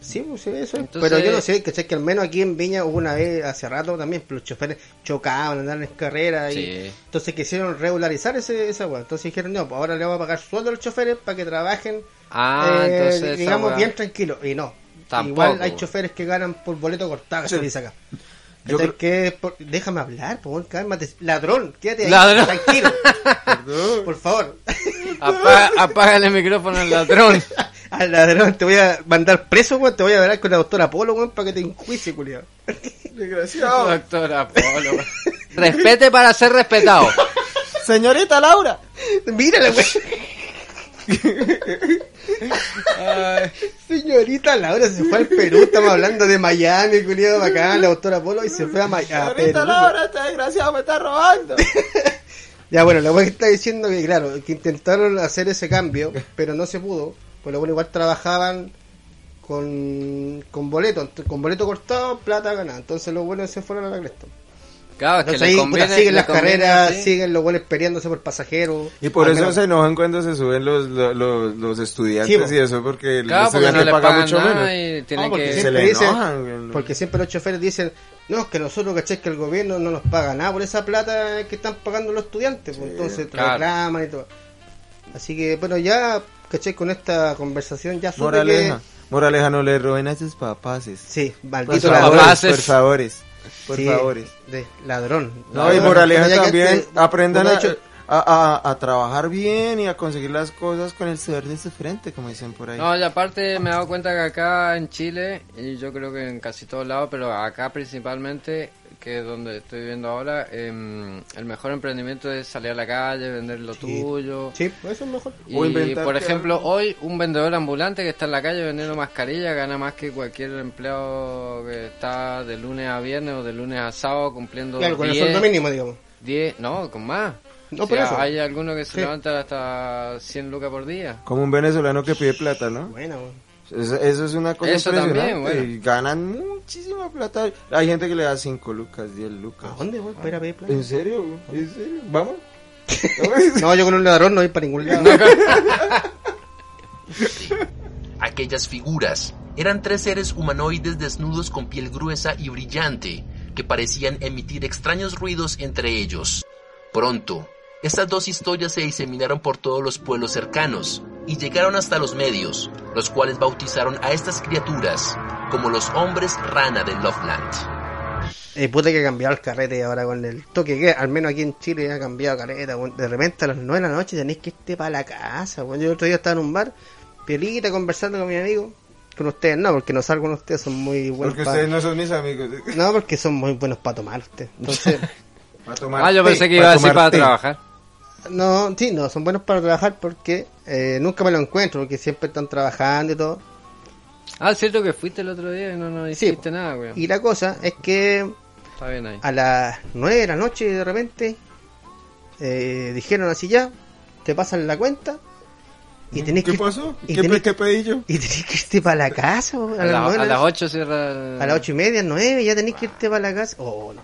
[SPEAKER 1] Sí, pues, sí, eso. es.
[SPEAKER 3] Entonces-
[SPEAKER 1] Pero yo no sé, ¿cachai? Que al menos aquí en Viña hubo una vez hace rato también, los choferes chocaban, andaban en carrera. Y,
[SPEAKER 3] Sí.
[SPEAKER 1] Entonces quisieron regularizar ese, esa weá. Entonces dijeron, no, pues ahora le vamos a pagar sueldo a los choferes para que trabajen,
[SPEAKER 3] Ah,
[SPEAKER 1] eh,
[SPEAKER 3] entonces esa
[SPEAKER 1] digamos,
[SPEAKER 3] weá-
[SPEAKER 1] bien tranquilo. Y no.
[SPEAKER 3] Tampoco,
[SPEAKER 1] Igual hay
[SPEAKER 3] weón.
[SPEAKER 1] choferes que ganan por boleto cortado, se dice acá.
[SPEAKER 2] Yo
[SPEAKER 1] Entonces, que es por- déjame hablar, por favor, cálmate. Ladrón, quédate ahí,
[SPEAKER 3] Ladrón.
[SPEAKER 1] tranquilo,
[SPEAKER 2] Perdón.
[SPEAKER 1] por favor.
[SPEAKER 3] Apaga, apágale el micrófono al ladrón.
[SPEAKER 1] Al ladrón te voy a mandar preso, weón, te voy a hablar con la doctora Polo, weón, para que te enjuicie, culiado.
[SPEAKER 2] Desgraciado.
[SPEAKER 3] Doctor Apolo. Respete para ser respetado.
[SPEAKER 2] Señorita Laura.
[SPEAKER 1] Mírala, weón. Señorita Laura se fue al Perú, estamos hablando de Miami, culiado, bacán, la doctora Polo, y se fue a, Ma- a Perú.
[SPEAKER 2] Señorita Laura, este desgraciado me está robando.
[SPEAKER 1] Ya bueno, la wea que está diciendo que claro, que intentaron hacer ese cambio, pero no se pudo, pues lo bueno igual trabajaban con, con boleto, ent- con boleto cortado, plata ganada, entonces los buenos se fueron a la cresta.
[SPEAKER 3] Claro, es que
[SPEAKER 1] Entonces
[SPEAKER 3] le
[SPEAKER 1] ahí,
[SPEAKER 3] conviene-
[SPEAKER 1] puta, siguen
[SPEAKER 3] le
[SPEAKER 1] las
[SPEAKER 3] conviene,
[SPEAKER 1] carreras,
[SPEAKER 3] sí.
[SPEAKER 1] siguen los buenos peleándose por pasajeros.
[SPEAKER 2] Y por
[SPEAKER 1] Al
[SPEAKER 2] eso
[SPEAKER 1] menos-
[SPEAKER 2] se enojan cuando se suben los, lo- los, los
[SPEAKER 1] Sí,
[SPEAKER 2] estudiantes
[SPEAKER 1] po.
[SPEAKER 2] y eso, porque el
[SPEAKER 3] Claro, porque
[SPEAKER 2] estudiante
[SPEAKER 3] no le
[SPEAKER 2] paga
[SPEAKER 3] pagan
[SPEAKER 2] mucho
[SPEAKER 3] nada
[SPEAKER 2] menos.
[SPEAKER 3] y tienen
[SPEAKER 1] No, porque
[SPEAKER 3] que...
[SPEAKER 2] se
[SPEAKER 1] siempre
[SPEAKER 2] le
[SPEAKER 1] dicen-
[SPEAKER 2] enojan, güey.
[SPEAKER 1] Porque siempre los choferes dicen, no, es que nosotros, ¿cachai? Que el gobierno no nos paga nada por esa plata que están pagando los estudiantes, pues,
[SPEAKER 2] Sí,
[SPEAKER 1] entonces
[SPEAKER 3] claro.
[SPEAKER 1] reclaman y todo. Así que, bueno, ya, ¿cachai? Con esta conversación ya supe
[SPEAKER 2] Moraleja,
[SPEAKER 1] que...
[SPEAKER 2] moraleja, no le roben a sus papaces.
[SPEAKER 1] Sí,
[SPEAKER 2] Por
[SPEAKER 1] maldito
[SPEAKER 3] Los
[SPEAKER 1] ladrón.
[SPEAKER 3] papás.
[SPEAKER 2] favores, por favores, por
[SPEAKER 1] Sí,
[SPEAKER 2] favores.
[SPEAKER 1] de- ladrón.
[SPEAKER 2] No, y
[SPEAKER 1] Ladrón.
[SPEAKER 2] moraleja
[SPEAKER 1] Pero ya que
[SPEAKER 2] también,
[SPEAKER 1] este-
[SPEAKER 2] aprendan
[SPEAKER 1] bueno,
[SPEAKER 2] a,
[SPEAKER 1] de hecho,
[SPEAKER 2] a, a- a trabajar bien y a conseguir las cosas con el sudor de su frente, como dicen por ahí.
[SPEAKER 3] No, y aparte me he dado cuenta que acá en Chile, y yo creo que en casi todos lados, pero acá principalmente, que es donde estoy viviendo ahora, em, el mejor emprendimiento es salir a la calle, vender lo tuyo.
[SPEAKER 1] Sí, pues eso es mejor.
[SPEAKER 3] Y,
[SPEAKER 2] O inventarte
[SPEAKER 3] por ejemplo,
[SPEAKER 2] algo.
[SPEAKER 3] hoy un vendedor ambulante que está en la calle vendiendo mascarillas gana más que cualquier empleado que está de lunes a viernes o de lunes a sábado cumpliendo
[SPEAKER 1] Claro, con el
[SPEAKER 3] 10,
[SPEAKER 1] sueldo mínimo, digamos.
[SPEAKER 3] 10, no, con más.
[SPEAKER 1] No,
[SPEAKER 3] O
[SPEAKER 1] por
[SPEAKER 3] sea,
[SPEAKER 1] eso.
[SPEAKER 3] Hay algunos que se
[SPEAKER 1] Sí.
[SPEAKER 3] levantan hasta 100 lucas por día.
[SPEAKER 2] Como un venezolano que pide plata, ¿no?
[SPEAKER 1] Bueno, bueno.
[SPEAKER 2] Eso, eso es una cosa
[SPEAKER 3] Eso también,
[SPEAKER 2] impresionante.
[SPEAKER 3] bueno.
[SPEAKER 2] Y ganan muchísima plata. Hay gente que le da 5 lucas, 10
[SPEAKER 1] ¿a
[SPEAKER 2] lucas.
[SPEAKER 3] Ah,
[SPEAKER 1] dónde voy? Para ir a pedir plata?
[SPEAKER 2] ¿En serio? güey? ¿En serio? ¿Vamos?
[SPEAKER 1] No, yo con un ladrón no voy para ningún lado.
[SPEAKER 5] Aquellas figuras eran tres seres humanoides desnudos con piel gruesa y brillante, que parecían emitir extraños ruidos entre ellos. Pronto, estas dos historias se diseminaron por todos los pueblos cercanos y llegaron hasta los medios, los cuales bautizaron a estas criaturas como los hombres rana de Loveland.
[SPEAKER 1] Eh, puta que ha cambiado el carrete ahora con el toque que al menos aquí en Chile ha cambiado carreta. weón. De repente a las 9 de la noche tenéis que irte para la casa. weón. Yo el otro día estaba en un bar, pielita conversando con mi amigo. Con ustedes no, porque no salgo con ustedes, son muy buenos.
[SPEAKER 2] Porque
[SPEAKER 1] pa-
[SPEAKER 2] ustedes no son mis amigos.
[SPEAKER 1] No, porque son muy buenos para tomar ustedes. Entonces,
[SPEAKER 2] Para tomar
[SPEAKER 3] Ah, yo
[SPEAKER 2] té,
[SPEAKER 3] pensé que iba a decir
[SPEAKER 2] tomar
[SPEAKER 3] para
[SPEAKER 2] té.
[SPEAKER 3] trabajar.
[SPEAKER 1] no, sí, no, son buenos para trabajar porque eh, nunca me lo encuentro, porque siempre están trabajando y todo.
[SPEAKER 3] Ah, es cierto que fuiste el otro día y no, no
[SPEAKER 1] Sí,
[SPEAKER 3] hiciste nada, güey.
[SPEAKER 1] Y la cosa es que
[SPEAKER 3] Está bien ahí.
[SPEAKER 1] a las 9 de la noche de repente eh, dijeron así ya, te pasan la cuenta y tenés
[SPEAKER 2] Mm, ¿Qué
[SPEAKER 1] que
[SPEAKER 2] pasó?
[SPEAKER 1] y
[SPEAKER 2] ¿Qué,
[SPEAKER 1] tenés-
[SPEAKER 2] pe- qué pedí yo?
[SPEAKER 1] y tenés que irte para la casa weón,
[SPEAKER 3] A, la-
[SPEAKER 1] nueve
[SPEAKER 3] a
[SPEAKER 1] de
[SPEAKER 3] las
[SPEAKER 1] noche.
[SPEAKER 3] 8 cierra. el-
[SPEAKER 1] a las ocho y media, 9, ya tenés que irte para la casa. Oh, no.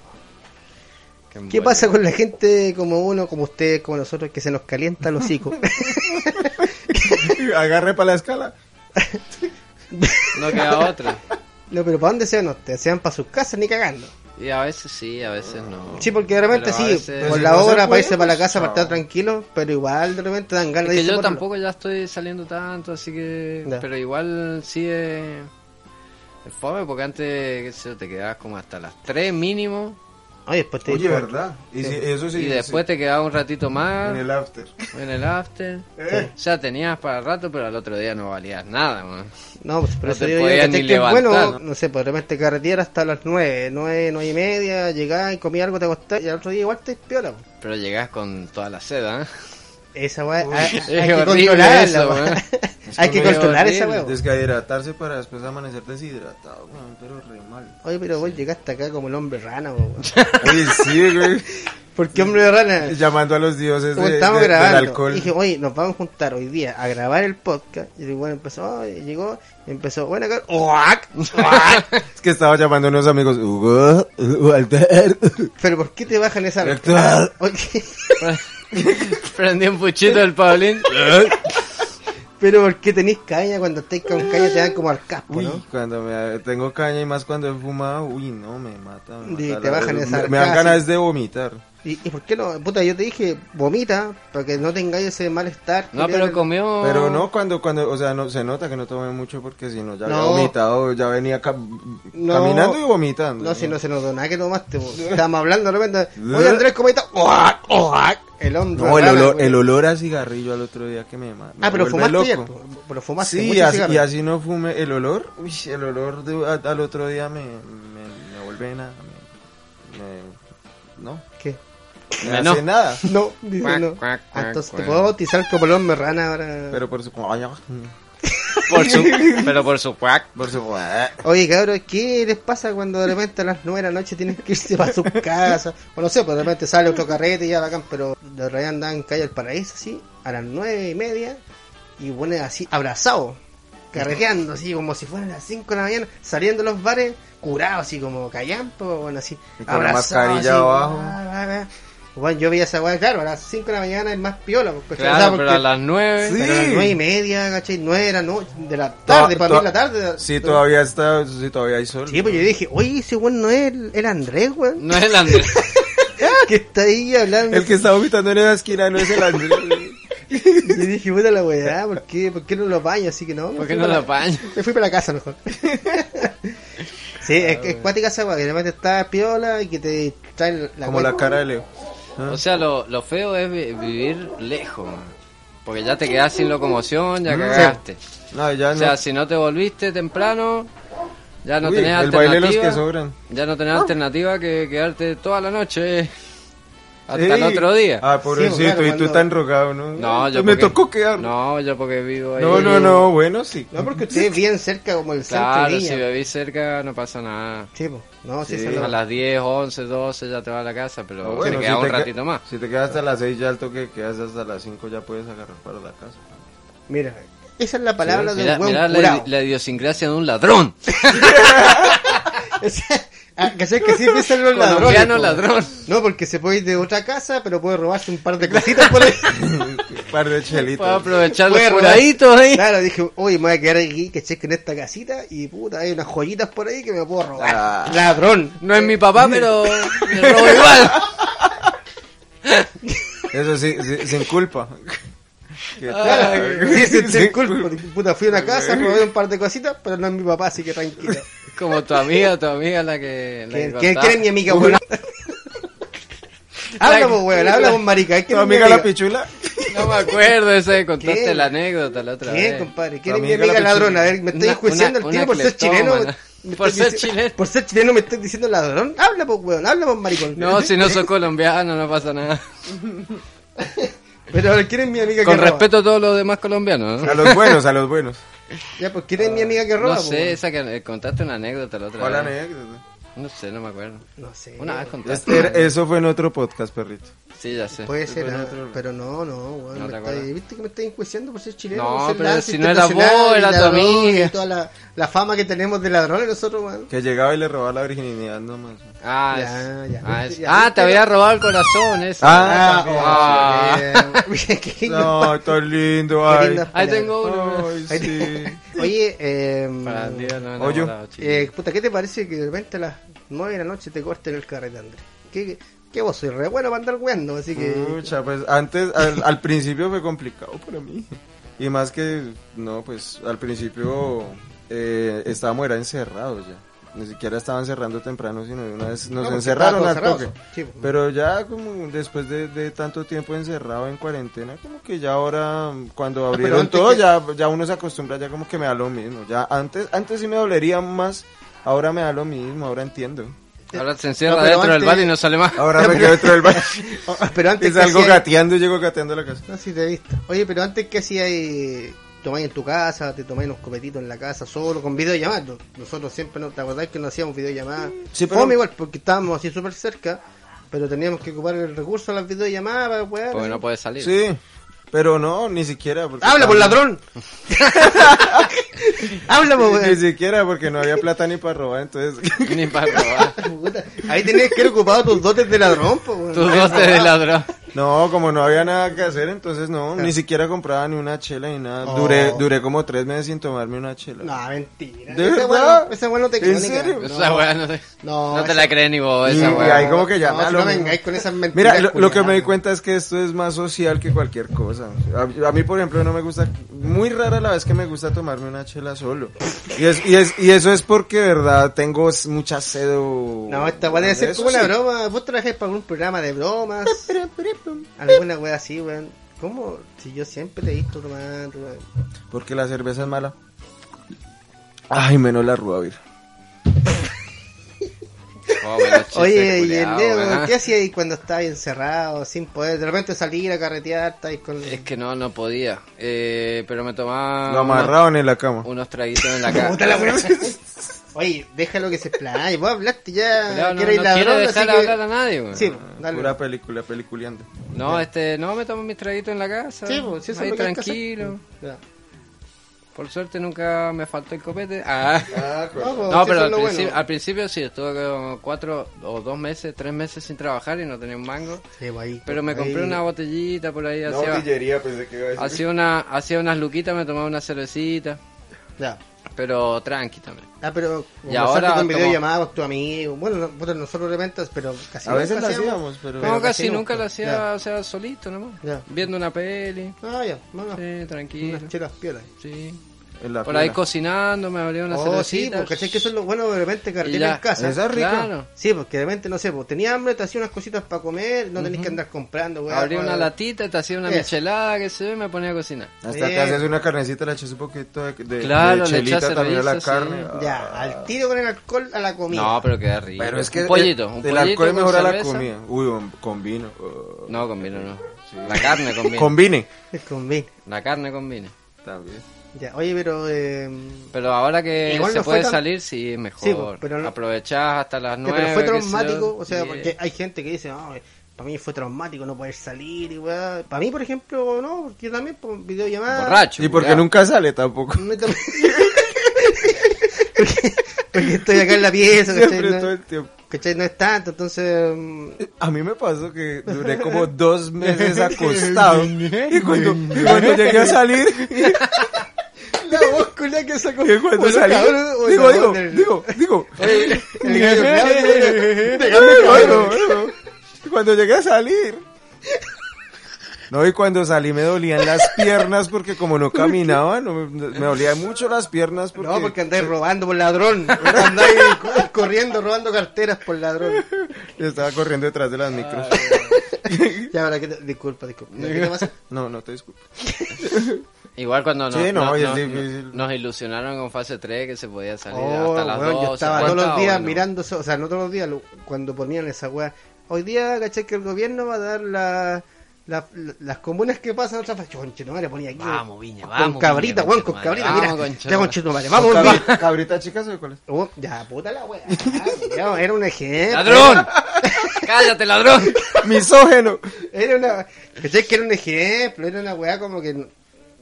[SPEAKER 3] Qué
[SPEAKER 1] ¿Qué
[SPEAKER 3] bueno.
[SPEAKER 1] pasa con la gente como uno, como usted, como nosotros, que se nos calienta el hocico?
[SPEAKER 2] Agarre para la escala.
[SPEAKER 3] No queda otra.
[SPEAKER 1] no, pero ¿para dónde se van ustedes? Se van para sus casas ni cagando.
[SPEAKER 3] Y a veces sí, a veces no.
[SPEAKER 1] Sí, porque de repente
[SPEAKER 3] Pero a
[SPEAKER 1] sí,
[SPEAKER 3] veces-
[SPEAKER 1] por
[SPEAKER 2] si
[SPEAKER 1] la
[SPEAKER 2] no se
[SPEAKER 1] hora para
[SPEAKER 2] puede,
[SPEAKER 1] irse para la casa, para
[SPEAKER 2] chao.
[SPEAKER 1] estar tranquilo, pero igual de repente dan ganas
[SPEAKER 3] pues,
[SPEAKER 1] de
[SPEAKER 3] Es que
[SPEAKER 1] irse
[SPEAKER 3] yo
[SPEAKER 1] por otro
[SPEAKER 3] tampoco ya estoy saliendo tanto, así que.
[SPEAKER 1] Ya.
[SPEAKER 3] Pero igual sí es. es fome, porque antes, qué sé yo, te quedabas como hasta las 3 mínimo.
[SPEAKER 1] lado. Oye, después te
[SPEAKER 2] Oye, ¿verdad? Y
[SPEAKER 1] Sí.
[SPEAKER 2] si- eso sí.
[SPEAKER 3] y después te quedabas un ratito
[SPEAKER 2] sí,
[SPEAKER 3] más
[SPEAKER 2] En el after.
[SPEAKER 3] after.
[SPEAKER 2] Eh.
[SPEAKER 3] O sea, tenías para rato, pero al otro día no valías nada, man.
[SPEAKER 1] No, pues, pero
[SPEAKER 3] No
[SPEAKER 1] eso
[SPEAKER 3] te
[SPEAKER 1] yo digo,
[SPEAKER 3] podías
[SPEAKER 1] ¿cachai?
[SPEAKER 3] ni
[SPEAKER 1] que es
[SPEAKER 3] levantar,
[SPEAKER 1] bueno,
[SPEAKER 3] ¿no?
[SPEAKER 1] no sé, pues de repente carretera hasta las 9, 9, 9 y media, llegás y comías algo, te acostás y al otro día igual te piola. po.
[SPEAKER 3] Pero llegabas con toda la seda, ¿eh?
[SPEAKER 1] Esa weá, hay, hay
[SPEAKER 3] es
[SPEAKER 1] que
[SPEAKER 3] horrible
[SPEAKER 1] controlarla,
[SPEAKER 3] eso,
[SPEAKER 1] weá.
[SPEAKER 3] weá.
[SPEAKER 1] Hay que
[SPEAKER 3] horrible.
[SPEAKER 1] controlar esa weá. po.
[SPEAKER 2] Deshidratarse para después amanecer deshidratado, weón, pero re mal.
[SPEAKER 1] Oye, pero vos llegaste acá como el hombre rana, po, weón.
[SPEAKER 2] Oye, sí, güey.
[SPEAKER 1] ¿Por qué hombre rana?
[SPEAKER 2] Llamando a los dioses de,
[SPEAKER 1] Como
[SPEAKER 2] de-
[SPEAKER 1] estábamos
[SPEAKER 2] del
[SPEAKER 1] grabando,
[SPEAKER 2] alcohol.
[SPEAKER 1] dije, oye, nos vamos a juntar hoy día a grabar el podcast. Y el weón empezó, oye, llegó, y empezó, bueno, acá, ¡oac! ¡oac!
[SPEAKER 2] Es que estaba llamando a unos amigos. Hugo, Walter.
[SPEAKER 1] Pero ¿por qué te bajan esa
[SPEAKER 2] Eh. Actual.
[SPEAKER 1] Oye,
[SPEAKER 3] Prendí un puchito del Paulín.
[SPEAKER 2] ¿Eh?
[SPEAKER 1] Pero ¿por qué tenés caña cuando estáis con caña te dan como al caspo,
[SPEAKER 2] Uy,
[SPEAKER 1] no?
[SPEAKER 2] cuando me tengo caña y más cuando he fumado, uy, no, me mata. Me,
[SPEAKER 1] Y
[SPEAKER 2] mata
[SPEAKER 1] te bajan
[SPEAKER 2] me-
[SPEAKER 1] esa
[SPEAKER 2] me, dan
[SPEAKER 1] arcada,
[SPEAKER 2] ganas
[SPEAKER 1] sí.
[SPEAKER 2] de vomitar.
[SPEAKER 1] ¿Y, y por qué no? Puta, yo te dije, vomita, para que no tengáis ese malestar.
[SPEAKER 3] No, pero comió.
[SPEAKER 2] Pero no cuando, cuando, o sea, no, se nota que no tomé mucho porque si no, ya había
[SPEAKER 1] No.
[SPEAKER 2] vomitado, ya venía cam- caminando y vomitando.
[SPEAKER 1] No, si no se nos donó nada que tomaste, po. Estábamos hablando de repente.
[SPEAKER 2] Bleh.
[SPEAKER 1] Oye, Andrés, cometa. ¡Oac! ¡Oac! El hombre.
[SPEAKER 2] No, el
[SPEAKER 1] rana,
[SPEAKER 2] olor,
[SPEAKER 1] güey.
[SPEAKER 2] el olor a cigarrillo al otro día que me mata.
[SPEAKER 1] Ah, pero fumaste ayer, po. Pero fumaste
[SPEAKER 2] Sí,
[SPEAKER 1] mucho
[SPEAKER 2] así-
[SPEAKER 1] cigarro.
[SPEAKER 2] y así no fume el olor, uy, el olor de- a- al otro día me, me, me vuelve nada. Me, me- no,
[SPEAKER 1] ¿Qué?
[SPEAKER 2] me
[SPEAKER 3] Me
[SPEAKER 2] hace
[SPEAKER 3] no.
[SPEAKER 2] nada.
[SPEAKER 1] No, dice
[SPEAKER 3] Cuac,
[SPEAKER 1] no.
[SPEAKER 3] cuac,
[SPEAKER 1] Ah, Entonces te
[SPEAKER 3] cuac,
[SPEAKER 1] puedo
[SPEAKER 3] cuac.
[SPEAKER 1] bautizar como el hombre rana ahora.
[SPEAKER 2] Pero por su...
[SPEAKER 1] Mm.
[SPEAKER 3] Por su, pero por su cuac.
[SPEAKER 2] Por su...
[SPEAKER 1] Oye, cabros, ¿qué les pasa cuando de repente a las 9 de la noche tienen que irse para sus casas? O no sé, pues de repente sale otro carrete y ya bacán, pero de repente andan en calle del paraíso, así, a las 9 y media, y bueno, así, abrazado. carreteando así como si fueran las 5 de la mañana, saliendo de los bares, curados así como callampo, bueno, así.
[SPEAKER 2] Y con la
[SPEAKER 1] abrazados,
[SPEAKER 2] mascarilla
[SPEAKER 1] así,
[SPEAKER 2] abajo.
[SPEAKER 1] ah, ah, ah. Bueno, yo vi esa weá, claro, a las 5 de la mañana es más piola. Porque, o sea,
[SPEAKER 3] Claro, pero
[SPEAKER 1] porque-
[SPEAKER 3] a las nueve.
[SPEAKER 2] Sí.
[SPEAKER 1] pero a las 9 y media, ¿cachai? 9 de la noche, de la tarde,
[SPEAKER 2] Toda-
[SPEAKER 1] para mí
[SPEAKER 2] toda-
[SPEAKER 1] la tarde.
[SPEAKER 2] Sí, todavía está, sí, todavía hay sol.
[SPEAKER 1] Sí, pues yo dije, oye, ese weón no es el, el Andrés, weón.
[SPEAKER 3] No es el Andrés.
[SPEAKER 1] Ah, que está ahí hablando.
[SPEAKER 2] El que está vomitando en esa esquina no es el Andrés.
[SPEAKER 1] Y dije, puta la weá, ¿por qué, ¿por qué no lo apaño? Así que no. me
[SPEAKER 3] ¿Por qué
[SPEAKER 1] fui
[SPEAKER 3] no
[SPEAKER 1] para
[SPEAKER 3] lo
[SPEAKER 1] la-
[SPEAKER 3] apaño?
[SPEAKER 1] Me fui para la casa mejor. sí,
[SPEAKER 2] Ah,
[SPEAKER 1] es, es cuática esa weá, que además te está piola y que te traen la
[SPEAKER 2] Como la cara de Leo. Ah.
[SPEAKER 3] O sea, lo, lo feo es vi- vivir lejos. man. Porque ya te quedas sin locomoción,
[SPEAKER 2] Mm.
[SPEAKER 3] ya cagaste.
[SPEAKER 2] No, ya
[SPEAKER 3] O
[SPEAKER 2] no.
[SPEAKER 3] sea, si no te volviste temprano, ya no
[SPEAKER 2] Uy,
[SPEAKER 3] tenés
[SPEAKER 2] el baileros que
[SPEAKER 3] alternativa.
[SPEAKER 2] sobran.
[SPEAKER 3] Ya no
[SPEAKER 2] Ah.
[SPEAKER 3] tenés alternativa que quedarte toda la noche hasta el
[SPEAKER 2] Ey.
[SPEAKER 3] otro día.
[SPEAKER 2] Ah, pobrecito,
[SPEAKER 1] Sí, claro,
[SPEAKER 2] y
[SPEAKER 1] cuando-
[SPEAKER 2] tú tan rogado, ¿no?
[SPEAKER 3] No, yo
[SPEAKER 2] Me
[SPEAKER 3] porque-
[SPEAKER 2] tocó quedar. No,
[SPEAKER 3] No, yo porque vivo ahí.
[SPEAKER 2] no, no, bueno, sí.
[SPEAKER 1] No, porque ustedes bien cerca como el centro
[SPEAKER 3] Claro,
[SPEAKER 1] de
[SPEAKER 3] si
[SPEAKER 1] Viña.
[SPEAKER 3] bebís cerca no pasa nada.
[SPEAKER 1] Sí, pues, no, sí, Ah,
[SPEAKER 3] Sí,
[SPEAKER 1] esa es la-
[SPEAKER 3] a las 10, 11, 12 ya te vas a la casa, pero
[SPEAKER 2] No,
[SPEAKER 3] te queda
[SPEAKER 2] si
[SPEAKER 3] un
[SPEAKER 2] que-
[SPEAKER 3] ratito más.
[SPEAKER 2] Si te quedas hasta las 6 ya al toque, quedas hasta las 5 ya puedes agarrar para la casa.
[SPEAKER 1] Mira, esa es la palabra de
[SPEAKER 3] Mirá-
[SPEAKER 1] un
[SPEAKER 3] mirá
[SPEAKER 1] weón
[SPEAKER 3] la,
[SPEAKER 1] curado.
[SPEAKER 3] la idiosincrasia de un ladrón.
[SPEAKER 1] O sea, ah, que sé que siempre son los ladrones.
[SPEAKER 3] Colombiano
[SPEAKER 1] po.
[SPEAKER 3] ladrón.
[SPEAKER 1] No, porque se puede ir de otra casa, pero puede robarse un par de cositas por ahí.
[SPEAKER 2] Un par de
[SPEAKER 3] Puedo
[SPEAKER 2] chelitos.
[SPEAKER 3] aprovechar los
[SPEAKER 1] Puede robar.
[SPEAKER 3] curaditos ahí.
[SPEAKER 1] Claro, dije, oye, me voy a quedar aquí, que cheque en esta casita y puta, hay unas joyitas por ahí que me puedo robar.
[SPEAKER 2] Ah.
[SPEAKER 1] Ladrón.
[SPEAKER 3] No es mi papá, pero me robo igual.
[SPEAKER 2] Eso sí, sí, sin culpa. Que-
[SPEAKER 1] Sí, sin, sin culpa, porque, puta, fui a una casa, robé un par de cositas, pero no es mi papá, así que tranquilo.
[SPEAKER 3] Como tu amiga, tu amiga la que... La
[SPEAKER 1] ¿Quién,
[SPEAKER 3] que
[SPEAKER 1] quién-
[SPEAKER 3] contaba.
[SPEAKER 1] quién es mi amiga, weón? habla con weón, habla con marica. ¿Quién
[SPEAKER 2] ¿Tu
[SPEAKER 1] es mi
[SPEAKER 2] amiga la pichula?
[SPEAKER 3] No me acuerdo esa que contaste
[SPEAKER 1] ¿Quién?
[SPEAKER 3] la anécdota la otra
[SPEAKER 1] ¿Quién,
[SPEAKER 3] vez.
[SPEAKER 1] compadre? ¿Quién
[SPEAKER 2] Tu
[SPEAKER 1] es mi
[SPEAKER 2] amiga
[SPEAKER 1] amiga
[SPEAKER 2] la pichula.
[SPEAKER 1] ladrona? A ver, me estoy
[SPEAKER 3] Una-
[SPEAKER 1] enjuiciando al
[SPEAKER 3] una-
[SPEAKER 1] tío
[SPEAKER 3] una
[SPEAKER 1] por ser chileno.
[SPEAKER 3] cleptómana.
[SPEAKER 1] me
[SPEAKER 3] Por
[SPEAKER 1] estoy
[SPEAKER 3] ser
[SPEAKER 1] dici-
[SPEAKER 3] chileno.
[SPEAKER 1] Por ser chileno me estás diciendo ladrón. Habla, pues, weón, habla, pues, maricón.
[SPEAKER 3] No, si no sos colombiano no pasa nada.
[SPEAKER 1] Pero a ver, ¿quién es mi amiga
[SPEAKER 3] Con
[SPEAKER 1] que roba?
[SPEAKER 3] respeto a todos los demás colombianos, ¿no?
[SPEAKER 2] A los buenos, a los buenos.
[SPEAKER 1] Ya, pues, ¿quién es mi amiga que roba?
[SPEAKER 3] Ah, No
[SPEAKER 1] po,
[SPEAKER 3] sé,
[SPEAKER 1] weón?
[SPEAKER 3] esa que eh, contaste una anécdota la otra
[SPEAKER 2] ¿Cuál
[SPEAKER 3] vez.
[SPEAKER 2] anécdota?
[SPEAKER 3] No sé, no me acuerdo.
[SPEAKER 1] No sé.
[SPEAKER 3] Una vez
[SPEAKER 2] Es-
[SPEAKER 1] este
[SPEAKER 3] contaste.
[SPEAKER 2] era- Eso fue en otro podcast, perrito.
[SPEAKER 3] Sí, ya sé.
[SPEAKER 1] Puede ser,
[SPEAKER 2] Con
[SPEAKER 1] ah,
[SPEAKER 2] otro-
[SPEAKER 1] pero no, no, weón.
[SPEAKER 3] No
[SPEAKER 1] me
[SPEAKER 3] te
[SPEAKER 1] está-
[SPEAKER 3] acuerdas.
[SPEAKER 1] ¿Viste que me estás enjuiciando por ser chileno?
[SPEAKER 3] No,
[SPEAKER 1] por ser
[SPEAKER 3] pero
[SPEAKER 1] ladrón,
[SPEAKER 3] si no era vos,
[SPEAKER 1] internacional,
[SPEAKER 3] era tu
[SPEAKER 1] ladrón,
[SPEAKER 3] amiga.
[SPEAKER 1] y Toda la, la fama que tenemos de ladrones nosotros, weón.
[SPEAKER 2] Que llegaba y le robaba la virginidad nomás.
[SPEAKER 3] Ah,
[SPEAKER 1] Ya,
[SPEAKER 3] es-
[SPEAKER 1] ya.
[SPEAKER 3] ah, es-
[SPEAKER 1] Ya,
[SPEAKER 3] ah, te había robado el corazón ese.
[SPEAKER 2] Ah,
[SPEAKER 3] ah.
[SPEAKER 1] Mira, qué lindo.
[SPEAKER 2] No, tan lindo,
[SPEAKER 1] Qué
[SPEAKER 2] ay.
[SPEAKER 1] linda.
[SPEAKER 3] Ahí tengo uno.
[SPEAKER 2] Ay,
[SPEAKER 1] Ahí
[SPEAKER 2] sí.
[SPEAKER 1] te- Oye, eh,
[SPEAKER 2] Oh.
[SPEAKER 3] Para el día no
[SPEAKER 2] Hoyo.
[SPEAKER 3] enamorado, chico.
[SPEAKER 1] eh, puta, ¿qué te parece que de repente a las 9 de la noche te corten el carrete, Andrés? ¿Qué, qué vos soy re bueno para andar weando, así que...
[SPEAKER 3] Mm.
[SPEAKER 2] Pucha, pues antes, al, al principio fue complicado para mí. Y más que, no, pues al principio eh, estábamos era encerrados ya. Ni siquiera estaban cerrando temprano, sino de una vez
[SPEAKER 1] No,
[SPEAKER 2] nos
[SPEAKER 1] porque
[SPEAKER 2] encerraron
[SPEAKER 1] estaba
[SPEAKER 2] al
[SPEAKER 1] todo
[SPEAKER 2] toque.
[SPEAKER 1] cerrado, sí, pues.
[SPEAKER 2] Pero ya como después de, de tanto tiempo encerrado en cuarentena, como que ya ahora cuando abrieron
[SPEAKER 1] Ah, antes
[SPEAKER 2] todo,
[SPEAKER 1] que-
[SPEAKER 2] ya, ya uno se acostumbra, ya como que me da lo mismo. Ya antes, antes sí me dolería más, ahora me da lo mismo, ahora entiendo.
[SPEAKER 3] Ahora se encierra
[SPEAKER 1] Este, No, pero
[SPEAKER 3] dentro del
[SPEAKER 1] antes-
[SPEAKER 3] bar y no sale más.
[SPEAKER 2] Ahora me quedo dentro del baño.
[SPEAKER 1] Ah, Pero antes
[SPEAKER 2] Y salgo
[SPEAKER 1] que hacía-
[SPEAKER 2] gateando y llego gateando a la casa.
[SPEAKER 1] No, sí te he visto. Oye, pero antes que hacías eh, tomáis en tu casa, te tomáis unos copetitos en la casa solo, con videollamadas. No- Nosotros siempre, no, ¿te acordás que no hacíamos videollamadas?
[SPEAKER 2] Sí, pero-
[SPEAKER 1] Fome igual, porque estábamos así súper cerca, pero teníamos que ocupar el recurso de las videollamadas para poder...
[SPEAKER 3] Porque no puede salir.
[SPEAKER 2] Sí, pero no, ni siquiera. Porque
[SPEAKER 1] ¡Habla por ladrón! ¡Habla por
[SPEAKER 2] Ni siquiera porque no había plata ni para robar, entonces.
[SPEAKER 3] Ni para probar.
[SPEAKER 1] Ahí tenías que ir ocupado tus dotes de ladrón, po, weón.
[SPEAKER 3] Tus dotes de ladrón.
[SPEAKER 2] No, como no había nada que hacer, entonces no, ni siquiera compraba ni una chela ni nada.
[SPEAKER 1] Oh.
[SPEAKER 2] Duré, duré como tres meses sin tomarme una chela.
[SPEAKER 1] No, este mentira.
[SPEAKER 2] ¿De
[SPEAKER 1] ese
[SPEAKER 2] verdad?
[SPEAKER 1] bueno, ese bueno te
[SPEAKER 2] ¿En
[SPEAKER 1] crónica.
[SPEAKER 2] serio?
[SPEAKER 3] Esa weá no te,
[SPEAKER 1] No,
[SPEAKER 3] no te
[SPEAKER 1] esa-
[SPEAKER 3] la crees ni vos, esa
[SPEAKER 2] Y
[SPEAKER 3] weá.
[SPEAKER 2] ahí como que ya me
[SPEAKER 1] No,
[SPEAKER 2] da
[SPEAKER 1] si
[SPEAKER 2] lo
[SPEAKER 1] no
[SPEAKER 2] mismo.
[SPEAKER 1] vengáis con esas mentiras.
[SPEAKER 2] Mira, lo, lo que me di
[SPEAKER 1] culiadas.
[SPEAKER 2] cuenta es que esto es más social que cualquier cosa. A, a mí, por ejemplo, no me gusta, muy rara la vez que me gusta tomarme una chela solo. Y, es, y, es, y eso es porque, de verdad, tengo s- mucha sed o-
[SPEAKER 1] No, esta weá debe ser
[SPEAKER 2] Eso
[SPEAKER 1] como una
[SPEAKER 2] sí.
[SPEAKER 1] broma. Vos trabajás para un programa de bromas. Alguna weá así, weón. ¿Cómo? Si yo siempre te he visto tomar. weón.
[SPEAKER 2] Porque la cerveza es mala. Ay, menos la rúa, vir.
[SPEAKER 3] Oh, bueno, chiste
[SPEAKER 1] Oye, y el
[SPEAKER 3] culiao,
[SPEAKER 1] Leo,
[SPEAKER 3] weá.
[SPEAKER 1] ¿qué hacías ahí cuando estabas encerrado, sin poder? De repente salir a carretear, estabas con.
[SPEAKER 3] Es que no, no podía. Eh, pero me tomaba
[SPEAKER 2] Lo amarraron en la cama.
[SPEAKER 3] unos, unos traguitos en la cara.
[SPEAKER 1] Puta la weá. Oye, déjalo que se explane. Vos hablaste ya.
[SPEAKER 3] No,
[SPEAKER 1] que
[SPEAKER 3] no,
[SPEAKER 1] eres
[SPEAKER 3] no
[SPEAKER 1] ladrón,
[SPEAKER 3] quiero
[SPEAKER 1] así
[SPEAKER 3] dejar
[SPEAKER 1] que-
[SPEAKER 3] hablar a nadie, weón.
[SPEAKER 1] Sí, dale.
[SPEAKER 2] Pura película, peliculeando.
[SPEAKER 3] No, este, no, me tomo mis traguitos en la casa.
[SPEAKER 1] Sí, pues, si eso
[SPEAKER 3] ahí
[SPEAKER 1] es lo que hay que
[SPEAKER 3] tranquilo.
[SPEAKER 1] hacer. Ya.
[SPEAKER 3] Por suerte nunca me faltó el copete. Ah.
[SPEAKER 2] Ah,
[SPEAKER 1] No,
[SPEAKER 2] correcto.
[SPEAKER 1] pues, sí,
[SPEAKER 3] No, pero
[SPEAKER 1] eso es
[SPEAKER 3] al,
[SPEAKER 1] lo bueno.
[SPEAKER 3] principio- al principio sí, estuve como cuatro o dos meses, tres meses sin trabajar y no tenía un mango.
[SPEAKER 1] Sí, pues, ahí,
[SPEAKER 3] Pero me
[SPEAKER 1] ahí.
[SPEAKER 3] compré una botellita por ahí,
[SPEAKER 2] No,
[SPEAKER 3] hacía,
[SPEAKER 2] botillería, pensé que iba a decir.
[SPEAKER 3] hacía, una, hacía unas luquitas, me tomaba una cervecita,
[SPEAKER 1] Ya.
[SPEAKER 3] pero tranqui también.
[SPEAKER 1] Ah, pero
[SPEAKER 3] Y ahora
[SPEAKER 1] con
[SPEAKER 3] como-
[SPEAKER 1] videollamadas con tu amigo. Bueno, no- bueno, nosotros reventas, pero casi
[SPEAKER 2] A veces
[SPEAKER 1] nunca
[SPEAKER 2] la hacíamos, pero...
[SPEAKER 1] Pero
[SPEAKER 3] no, casi
[SPEAKER 1] casi
[SPEAKER 3] nunca
[SPEAKER 1] nunca,
[SPEAKER 3] lo hacía,
[SPEAKER 1] ya.
[SPEAKER 3] o sea, solito nomás.
[SPEAKER 1] Ya.
[SPEAKER 3] Viendo una peli,
[SPEAKER 1] Ah, ya, bueno,
[SPEAKER 3] sí, tranquilo.
[SPEAKER 1] unas chelas piolas.
[SPEAKER 3] Sí.
[SPEAKER 2] en la
[SPEAKER 3] Por ahí
[SPEAKER 2] piola.
[SPEAKER 3] cocinando, me abría una
[SPEAKER 1] Oh, sí,
[SPEAKER 3] cervecita.
[SPEAKER 1] porque ¿cachai que eso es lo bueno de repente
[SPEAKER 3] Y
[SPEAKER 1] cartel
[SPEAKER 3] ya.
[SPEAKER 1] en casa?
[SPEAKER 2] Esa es rica.
[SPEAKER 3] Claro.
[SPEAKER 1] Sí, porque de repente, no sé, pues tenía hambre, te hacía unas cositas para comer, no tenés que andar comprando, weá.
[SPEAKER 3] Abría
[SPEAKER 1] weá.
[SPEAKER 3] una latita, te hacía una
[SPEAKER 1] Eso.
[SPEAKER 3] michelada, que se ve, y me ponía a cocinar.
[SPEAKER 2] Hasta
[SPEAKER 1] Sí.
[SPEAKER 2] te haces una carnecita, le echas un poquito de, de,
[SPEAKER 3] Claro,
[SPEAKER 2] de
[SPEAKER 3] le
[SPEAKER 2] chelita
[SPEAKER 3] echas
[SPEAKER 2] también a la
[SPEAKER 3] cerveza,
[SPEAKER 2] carne.
[SPEAKER 3] sí.
[SPEAKER 2] Ah.
[SPEAKER 1] Ya, al tiro con el alcohol a la comida.
[SPEAKER 3] No, pero queda rico.
[SPEAKER 2] Pero es que
[SPEAKER 3] un pollito,
[SPEAKER 2] del
[SPEAKER 3] un pollito
[SPEAKER 2] alcohol es
[SPEAKER 3] con
[SPEAKER 2] mejor a la
[SPEAKER 3] cerveza.
[SPEAKER 2] comida. Uy, un- con vino. ah.
[SPEAKER 3] No, con vino no. La carne con vino.
[SPEAKER 2] Combine.
[SPEAKER 1] Es con vino.
[SPEAKER 3] La carne con vino.
[SPEAKER 2] También.
[SPEAKER 1] Ya, oye, pero. Eh,
[SPEAKER 3] Pero ahora que
[SPEAKER 1] Igual
[SPEAKER 3] se
[SPEAKER 1] no fue
[SPEAKER 3] puede
[SPEAKER 1] tan-
[SPEAKER 3] salir, sí, es mejor.
[SPEAKER 1] Sí, pues, pero no-
[SPEAKER 3] Aprovechás hasta las nueve.
[SPEAKER 1] pero fue
[SPEAKER 3] qué sé yo.
[SPEAKER 1] traumático, o sea,
[SPEAKER 3] Sí.
[SPEAKER 1] porque hay gente que dice, para mí fue traumático no poder salir y weá. Para mí, por ejemplo, no, porque yo también, por videollamada.
[SPEAKER 3] Borracho.
[SPEAKER 2] Y porque
[SPEAKER 3] culiao.
[SPEAKER 2] nunca sale tampoco.
[SPEAKER 1] Me tomé- porque, porque estoy acá en la pieza, ¿cachai?
[SPEAKER 2] Siempre todo
[SPEAKER 1] No,
[SPEAKER 2] el tiempo.
[SPEAKER 1] ¿cachai? No es tanto, entonces. mm,
[SPEAKER 2] A mí me pasó que duré como dos meses acostado. y cuando, y cuando llegué a salir,
[SPEAKER 1] La voz culia que sacó.
[SPEAKER 2] y cuando
[SPEAKER 1] Bueno,
[SPEAKER 2] salí,
[SPEAKER 1] cabrón, bueno,
[SPEAKER 2] digo, digo,
[SPEAKER 1] bueno,
[SPEAKER 2] digo, digo,
[SPEAKER 1] el gallo, claro,
[SPEAKER 2] bueno, bueno. Y Cuando llegué a salir. No, y cuando salí me dolían las piernas porque como no caminaba, no, me, me dolían mucho las piernas porque...
[SPEAKER 1] No, porque andáis robando por ladrón. Andáis co- corriendo, robando carteras por ladrón.
[SPEAKER 2] yo estaba corriendo detrás de las micros.
[SPEAKER 1] Ya, ahora que te- Disculpa, disculpa. ¿Qué te pasa?
[SPEAKER 2] No, no te disculpo.
[SPEAKER 3] Igual cuando nos,
[SPEAKER 2] Sí, no,
[SPEAKER 3] nos-
[SPEAKER 2] y es
[SPEAKER 3] nos-
[SPEAKER 2] difícil.
[SPEAKER 3] nos ilusionaron con fase 3 que se podía salir
[SPEAKER 1] Oh,
[SPEAKER 3] hasta las
[SPEAKER 1] weón,
[SPEAKER 3] 12.
[SPEAKER 1] yo estaba todos
[SPEAKER 3] ¿cuántas
[SPEAKER 1] los días
[SPEAKER 3] horas, no?
[SPEAKER 1] mirando, eso, o sea, no todos los días, lo- cuando ponían esa weá. Hoy día, caché que el gobierno va a dar la, la- la- las comunas que pasan otra fase. Conche, no le ponía aquí.
[SPEAKER 3] Vamos, Viña,
[SPEAKER 1] con
[SPEAKER 3] vamos,
[SPEAKER 1] cabrita,
[SPEAKER 3] Viña,
[SPEAKER 1] weón, con
[SPEAKER 3] conchetumare.
[SPEAKER 1] cabrita,
[SPEAKER 3] Vamos,
[SPEAKER 1] mira.
[SPEAKER 3] conchetumare.
[SPEAKER 1] ya, conchetumare, vamos, Viña.
[SPEAKER 2] Cabri- Cabrita chica, ¿sabe cuál es?
[SPEAKER 1] Oh, ya, puta la weá. ya, Era un ejemplo.
[SPEAKER 3] ¡Ladrón! ¡Cállate, ladrón!
[SPEAKER 2] Misógeno.
[SPEAKER 1] Era una. ¿Cachai? Que era un ejemplo, era una weá como que.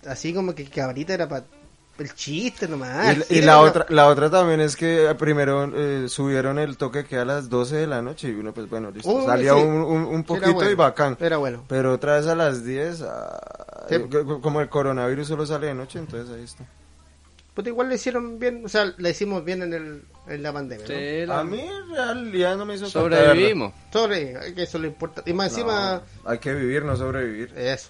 [SPEAKER 1] Así como que cabrita era para. El chiste nomás.
[SPEAKER 2] y la-
[SPEAKER 1] Sí,
[SPEAKER 2] y
[SPEAKER 1] era
[SPEAKER 2] la
[SPEAKER 1] una-
[SPEAKER 2] otra, la otra también es que primero eh, subieron el toque que a las 12 de la noche y uno pues bueno, listo,
[SPEAKER 1] Uy,
[SPEAKER 2] salía
[SPEAKER 1] sí.
[SPEAKER 2] un, un- un
[SPEAKER 1] Sí, era
[SPEAKER 2] poquito
[SPEAKER 1] bueno,
[SPEAKER 2] y bacán.
[SPEAKER 1] Era bueno.
[SPEAKER 2] Pero otra vez a las 10, ah,
[SPEAKER 1] Sí.
[SPEAKER 2] c- c- como el coronavirus solo sale de noche, entonces ahí está.
[SPEAKER 1] Pero Pues igual le hicieron bien, o sea, la hicimos bien en, el, en la pandemia. ¿no?
[SPEAKER 3] Sí, la-
[SPEAKER 2] A mí en realidad no me hizo falta
[SPEAKER 3] Sobrevivimos.
[SPEAKER 1] Sobre, que eso es lo importante. Y más
[SPEAKER 2] verla.
[SPEAKER 1] encima, eh,
[SPEAKER 2] No, hay que vivir, no sobrevivir.
[SPEAKER 1] eso.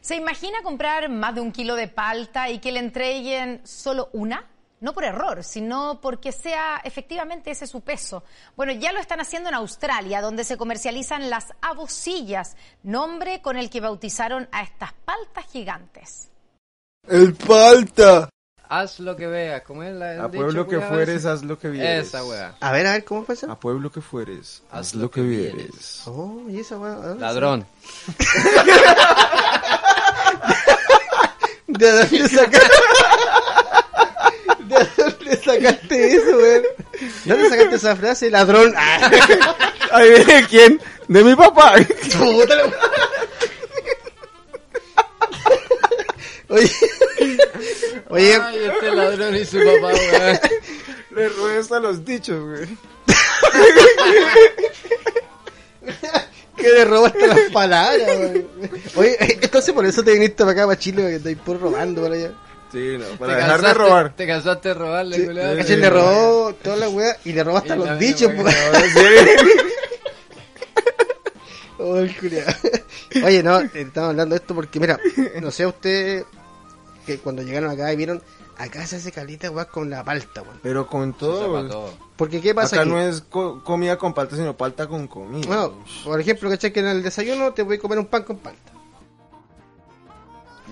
[SPEAKER 6] ¿Se imagina comprar más de un kilo de palta y que le entreguen solo una? No por error, sino porque sea efectivamente ese su peso. Bueno, ya lo están haciendo en Australia, donde se comercializan las abocillas, nombre con el que bautizaron a estas paltas gigantes.
[SPEAKER 2] ¡El palta!
[SPEAKER 3] Haz lo que veas, ¿cómo es la pues,
[SPEAKER 2] A pueblo que fueres, haz lo que vieres.
[SPEAKER 3] Esa weá.
[SPEAKER 1] A ver, a ver, ¿cómo fue eso?
[SPEAKER 2] A pueblo que fueres, haz lo que vieres.
[SPEAKER 1] Oh, y esa weá. ah,
[SPEAKER 3] Ladrón.
[SPEAKER 1] ¿De dónde sacaste? ¿De dónde sacaste eso, weón? ¿De dónde sacaste esa frase, ladrón? Ah,
[SPEAKER 2] Ahí viene quién? De mi papá.
[SPEAKER 1] puta la- Oye, oye,
[SPEAKER 3] Ay, este ladrón y su papá, weá.
[SPEAKER 2] Le robé hasta los dichos, güey.
[SPEAKER 1] que le robaste las palabras, weón. Oye, entonces por eso te viniste para acá, para Chile, que estáis por robando para allá.
[SPEAKER 2] Sí, no,
[SPEAKER 3] Te
[SPEAKER 2] para dejar de
[SPEAKER 3] cansaste-
[SPEAKER 2] robar.
[SPEAKER 3] Te cansaste de robarle,
[SPEAKER 1] Sí,
[SPEAKER 3] culiao.
[SPEAKER 1] caché, le robó toda la weá y le robaste
[SPEAKER 3] Y
[SPEAKER 1] los
[SPEAKER 3] también,
[SPEAKER 1] bichos,
[SPEAKER 3] weón.
[SPEAKER 1] pues.
[SPEAKER 2] Sí.
[SPEAKER 1] Oh, el culiao. Oye, no, eh, estamos hablando de esto porque, mira, no sé usted que cuando llegaron acá y vieron, acá se hace calita weá con la palta, weón.
[SPEAKER 2] Pero con
[SPEAKER 3] Eso pa'
[SPEAKER 2] todo.
[SPEAKER 3] todo.
[SPEAKER 1] Porque, ¿qué pasa
[SPEAKER 2] Acá
[SPEAKER 1] aquí?
[SPEAKER 2] no es co- comida con palta, sino palta con comida.
[SPEAKER 1] No, por ejemplo, ¿cachai? Que en el desayuno te voy a comer un pan con palta.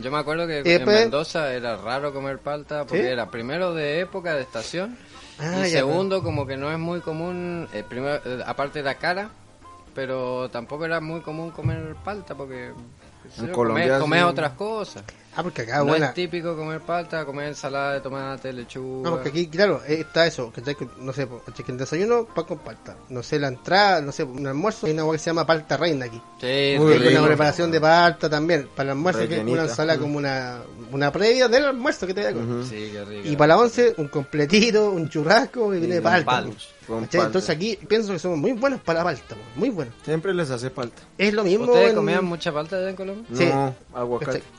[SPEAKER 3] Yo me acuerdo que
[SPEAKER 1] Y después-
[SPEAKER 3] en Mendoza era raro comer palta porque
[SPEAKER 1] ¿Sí?
[SPEAKER 3] era primero de época de estación
[SPEAKER 1] Ah,
[SPEAKER 3] y
[SPEAKER 1] ya,
[SPEAKER 3] segundo como que no es muy común, eh, primero, eh, aparte era cara, pero tampoco era muy común comer palta porque qué sé
[SPEAKER 2] En
[SPEAKER 3] yo,
[SPEAKER 2] Colombia
[SPEAKER 3] comés-
[SPEAKER 2] sí.
[SPEAKER 3] comés otras cosas.
[SPEAKER 1] Ah, porque acá,
[SPEAKER 3] no
[SPEAKER 1] buena.
[SPEAKER 3] es típico comer palta, comer ensalada de tomate, lechuga.
[SPEAKER 1] No, porque aquí, claro, eh, está eso, ¿cachai? Que, No sé, po, ¿cachai? Que el desayuno, pan con palta. No sé, la entrada, no sé, un almuerzo. Hay una weá que se llama palta reina aquí.
[SPEAKER 3] Sí,
[SPEAKER 2] Muy
[SPEAKER 3] rico.
[SPEAKER 1] Hay una
[SPEAKER 2] rico.
[SPEAKER 1] preparación de palta también. Para el almuerzo, que es
[SPEAKER 2] Rellenita.
[SPEAKER 1] una ensalada como una, una previa del almuerzo que te voy a comer.
[SPEAKER 3] Sí, qué rico.
[SPEAKER 1] Y para la once, un completito, un churrasco y viene de
[SPEAKER 3] un
[SPEAKER 1] palta.
[SPEAKER 3] palo,
[SPEAKER 1] pues.
[SPEAKER 2] con
[SPEAKER 1] ¿Cachai?
[SPEAKER 2] palta.
[SPEAKER 1] Entonces aquí pienso que somos muy buenos para la palta, pues, muy buenos.
[SPEAKER 2] Siempre les hace falta.
[SPEAKER 1] Es lo mismo.
[SPEAKER 3] ¿Ustedes
[SPEAKER 1] en-
[SPEAKER 3] comían mucha palta allá en Colombia?
[SPEAKER 1] Sí.
[SPEAKER 2] No, aguacate.
[SPEAKER 1] ¿Cachai?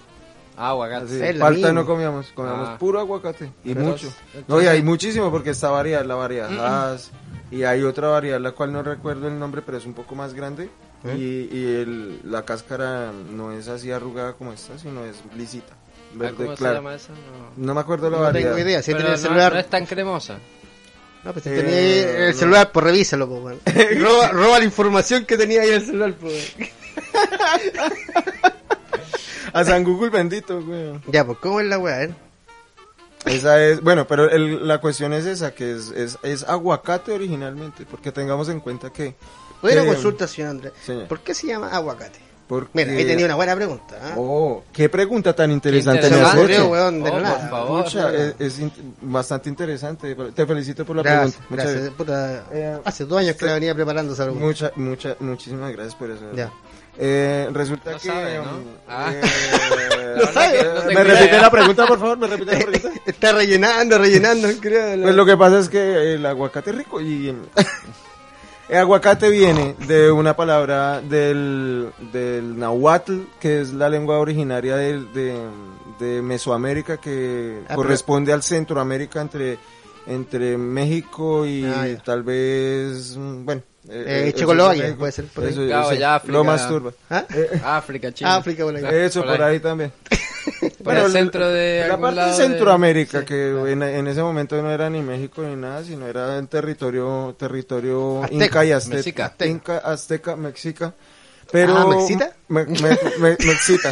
[SPEAKER 3] Ah,
[SPEAKER 2] Así,
[SPEAKER 3] aguacate.
[SPEAKER 1] Es la
[SPEAKER 2] palta
[SPEAKER 1] misma.
[SPEAKER 2] no comíamos, comíamos
[SPEAKER 3] Ah.
[SPEAKER 2] puro aguacate. Y
[SPEAKER 3] Pero
[SPEAKER 2] mucho.
[SPEAKER 3] es-
[SPEAKER 2] No, y hay muchísimo porque está variedad, la variedad Hass, Y hay otra variedad, la cual no recuerdo el nombre, pero es un poco más grande.
[SPEAKER 1] ¿Eh?
[SPEAKER 2] Y, y el- la cáscara no es así arrugada como esta, sino es lisita.
[SPEAKER 3] Ah,
[SPEAKER 2] Verde,
[SPEAKER 3] ¿Cómo se
[SPEAKER 2] claro.
[SPEAKER 3] llama esa? No.
[SPEAKER 2] No me acuerdo la
[SPEAKER 1] No
[SPEAKER 2] variedad.
[SPEAKER 1] tengo idea, si
[SPEAKER 3] Pero
[SPEAKER 1] tenés el
[SPEAKER 3] no-
[SPEAKER 1] celular.
[SPEAKER 3] no es tan cremosa.
[SPEAKER 1] No, pues si
[SPEAKER 2] Eh,
[SPEAKER 1] tenés el
[SPEAKER 2] no.
[SPEAKER 1] celular, pues revísalo, pues, weón. roba, roba la información que tenía ahí en el celular, pues. weón.
[SPEAKER 2] A San Google bendito, güey.
[SPEAKER 1] Ya, pues, ¿cómo es la weá, eh?
[SPEAKER 2] Esa es, bueno, pero el- la cuestión es esa, que es, es, es aguacate originalmente, porque tengamos en cuenta que...
[SPEAKER 1] Voy a ir a
[SPEAKER 2] que-
[SPEAKER 1] consulta, señor Andrés.
[SPEAKER 2] Señor.
[SPEAKER 1] ¿Por qué se llama aguacate?
[SPEAKER 2] porque-
[SPEAKER 1] pues Mira, ahí tenía una buena pregunta. ¿ah?
[SPEAKER 2] Oh, qué pregunta tan interesante.
[SPEAKER 1] Se
[SPEAKER 2] me
[SPEAKER 1] me
[SPEAKER 3] Interesante,
[SPEAKER 2] has
[SPEAKER 1] ocurrió,
[SPEAKER 2] hecho.
[SPEAKER 1] weón, de
[SPEAKER 3] Oh,
[SPEAKER 1] la
[SPEAKER 3] por
[SPEAKER 1] nada.
[SPEAKER 3] favor.
[SPEAKER 2] Pucha, es, es in- bastante interesante. Te felicito por la
[SPEAKER 1] Gracias,
[SPEAKER 2] pregunta. Muchas
[SPEAKER 1] gracias. puta,
[SPEAKER 2] Eh,
[SPEAKER 1] hace dos años que la venía preparando esa pregunta.
[SPEAKER 2] Mucha, mucha, muchísimas gracias por eso.
[SPEAKER 1] Ya.
[SPEAKER 2] Eh, resulta
[SPEAKER 3] No
[SPEAKER 2] que.
[SPEAKER 3] sabe, ¿no?
[SPEAKER 2] um,
[SPEAKER 3] Ah.
[SPEAKER 2] eh,
[SPEAKER 3] No sabe. No
[SPEAKER 2] ¿Me
[SPEAKER 3] tengo
[SPEAKER 2] repite
[SPEAKER 3] idea.
[SPEAKER 2] la pregunta, por favor? ¿Me repite la pregunta?
[SPEAKER 1] Está rellenando, rellenando, creo.
[SPEAKER 2] Pues lo que pasa es que el aguacate es rico y. El aguacate viene de una palabra del, del nahuatl, que es la lengua originaria de, de, de Mesoamérica, que
[SPEAKER 1] Ah, pero-
[SPEAKER 2] corresponde al Centroamérica entre, entre México y
[SPEAKER 1] Ah, ya.
[SPEAKER 2] tal vez, mm, bueno.
[SPEAKER 1] Eh,
[SPEAKER 2] eso es
[SPEAKER 1] Checoloya,
[SPEAKER 2] México.
[SPEAKER 1] puede ser, por ahí.
[SPEAKER 2] Eso,
[SPEAKER 3] Claro,
[SPEAKER 2] sí,
[SPEAKER 3] ya África.
[SPEAKER 2] Lo más turba.
[SPEAKER 1] ¿Ah?
[SPEAKER 3] África, Chile.
[SPEAKER 1] África, por ahí.
[SPEAKER 2] Eso por ahí también.
[SPEAKER 3] Por el centro de
[SPEAKER 2] La
[SPEAKER 3] algún
[SPEAKER 2] parte de
[SPEAKER 3] lado de-
[SPEAKER 2] Centroamérica, que en, en ese momento no era ni México ni nada, sino era el territorio, territorio
[SPEAKER 1] Azteca,
[SPEAKER 2] inca y azteca.
[SPEAKER 3] mexica.
[SPEAKER 2] Inca, azteca, mexica. Pero,
[SPEAKER 1] Ah, ¿mexita?
[SPEAKER 2] Me, me- me- mexita.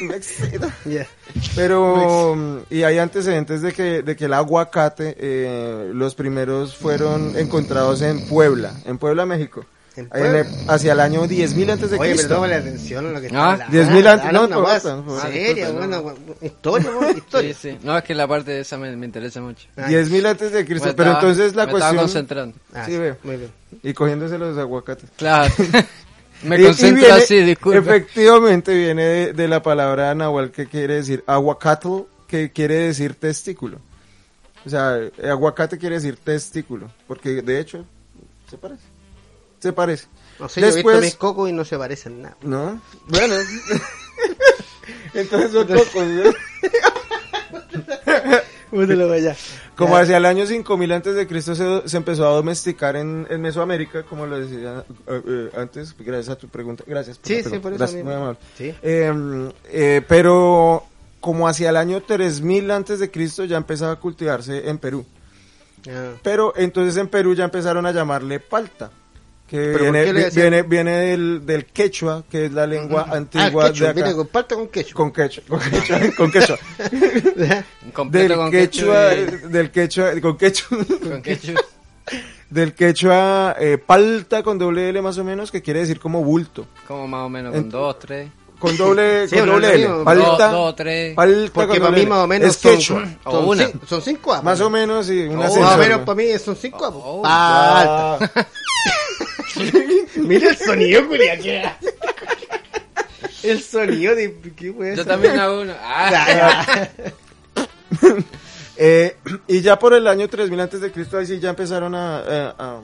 [SPEAKER 2] Mexita.
[SPEAKER 1] Ya.
[SPEAKER 2] Pero, mm, y hay antecedentes de que, de que el aguacate, eh, los primeros fueron encontrados en Puebla, en Puebla, México.
[SPEAKER 1] ¿En
[SPEAKER 2] En el- hacia el año 10.000 antes de
[SPEAKER 1] Oye, pero
[SPEAKER 2] Cristo.
[SPEAKER 1] tómale atención a lo que
[SPEAKER 3] Ah,
[SPEAKER 1] hablando.
[SPEAKER 2] 10.000 antes-
[SPEAKER 1] Habla
[SPEAKER 2] no,
[SPEAKER 1] una
[SPEAKER 2] por
[SPEAKER 1] weá
[SPEAKER 2] favor, por favor,
[SPEAKER 1] Seria,
[SPEAKER 2] disculpe,
[SPEAKER 1] buena Historia, weón,
[SPEAKER 3] Sí,
[SPEAKER 1] historia.
[SPEAKER 3] sí. No, es que la parte de esa me, me interesa mucho.
[SPEAKER 2] 10.000 antes de Cristo.
[SPEAKER 3] Me
[SPEAKER 2] pero
[SPEAKER 3] estaba-
[SPEAKER 2] entonces la
[SPEAKER 3] me
[SPEAKER 2] cuestión.
[SPEAKER 3] Estaba concentrando.
[SPEAKER 1] Ah,
[SPEAKER 2] Sí, veo.
[SPEAKER 1] Muy bien.
[SPEAKER 2] Y cogiéndose los aguacates.
[SPEAKER 3] Claro. me
[SPEAKER 2] Y- y
[SPEAKER 3] concentro
[SPEAKER 2] viene-
[SPEAKER 3] así, disculpe.
[SPEAKER 2] Efectivamente viene de, de la palabra nahual que quiere decir aguacatl, que quiere decir testículo. O sea, eh, aguacate quiere decir testículo, porque de hecho se parece. Se parece.
[SPEAKER 1] No sé, yo he visto mis cocos y no se parecen nada.
[SPEAKER 2] ¿No? Bueno. Entonces son cocos, ¿no?
[SPEAKER 1] Útelo para allá.
[SPEAKER 2] Como
[SPEAKER 1] Ya.
[SPEAKER 2] hacia el año 5000 antes de Cristo se, se empezó a domesticar en, en Mesoamérica, como lo decía eh, eh, antes, gracias a tu pregunta. Gracias.
[SPEAKER 1] Sí,
[SPEAKER 2] la
[SPEAKER 1] sí,
[SPEAKER 2] pregunta.
[SPEAKER 1] por eso
[SPEAKER 2] Gracias,
[SPEAKER 1] mismo.
[SPEAKER 2] muy amable.
[SPEAKER 1] Sí.
[SPEAKER 2] Eh, eh, pero como hacia el año 3000 antes de Cristo ya empezaba a cultivarse en Perú.
[SPEAKER 1] Ya.
[SPEAKER 2] Pero entonces en Perú ya empezaron a llamarle palta. Que
[SPEAKER 1] ¿Pero por
[SPEAKER 2] viene,
[SPEAKER 1] qué le
[SPEAKER 2] vi-
[SPEAKER 1] decían?
[SPEAKER 2] viene, viene del, del quechua, que es la lengua antigua
[SPEAKER 1] ah, el quechua,
[SPEAKER 2] de acá.
[SPEAKER 1] mira, comparte con quechua.
[SPEAKER 2] Con quechua, con quechua, con quechua.
[SPEAKER 3] Completo
[SPEAKER 2] del
[SPEAKER 3] con
[SPEAKER 2] quechua,
[SPEAKER 1] eh.
[SPEAKER 2] eh.
[SPEAKER 3] y-
[SPEAKER 2] del quechua, con quechua,
[SPEAKER 3] Con ketchup.
[SPEAKER 2] del quechua eh, palta con doble L más o menos, que quiere decir como bulto.
[SPEAKER 3] Como más o menos con
[SPEAKER 2] Ent-
[SPEAKER 3] dos, tres.
[SPEAKER 2] Con doble,
[SPEAKER 1] Sí,
[SPEAKER 2] con
[SPEAKER 1] pero
[SPEAKER 2] doble
[SPEAKER 1] es lo
[SPEAKER 2] L.
[SPEAKER 1] mismo.
[SPEAKER 2] Palta,
[SPEAKER 3] Dos, dos, tres.
[SPEAKER 2] palta
[SPEAKER 1] Porque
[SPEAKER 2] con
[SPEAKER 1] para
[SPEAKER 2] doble
[SPEAKER 1] mí
[SPEAKER 2] L.
[SPEAKER 1] más o menos
[SPEAKER 2] es
[SPEAKER 1] son,
[SPEAKER 2] quechua.
[SPEAKER 3] O
[SPEAKER 1] son
[SPEAKER 3] una.
[SPEAKER 1] cin- son cinco apos.
[SPEAKER 2] Más o menos, sí, un
[SPEAKER 1] Más
[SPEAKER 2] ascenso,
[SPEAKER 1] o menos
[SPEAKER 2] ¿no?
[SPEAKER 1] para mí son cinco apos.
[SPEAKER 3] Oh.
[SPEAKER 1] Palta.
[SPEAKER 2] Ah,
[SPEAKER 1] Mira el sonido, Julia, que era. El sonido de... ¿Qué weá
[SPEAKER 3] Yo
[SPEAKER 1] es?
[SPEAKER 3] también hago uno. Ah,
[SPEAKER 1] Ya, ya.
[SPEAKER 2] eh, y ya por el año 3000 antes de Cristo, ahí sí ya empezaron a, eh, a,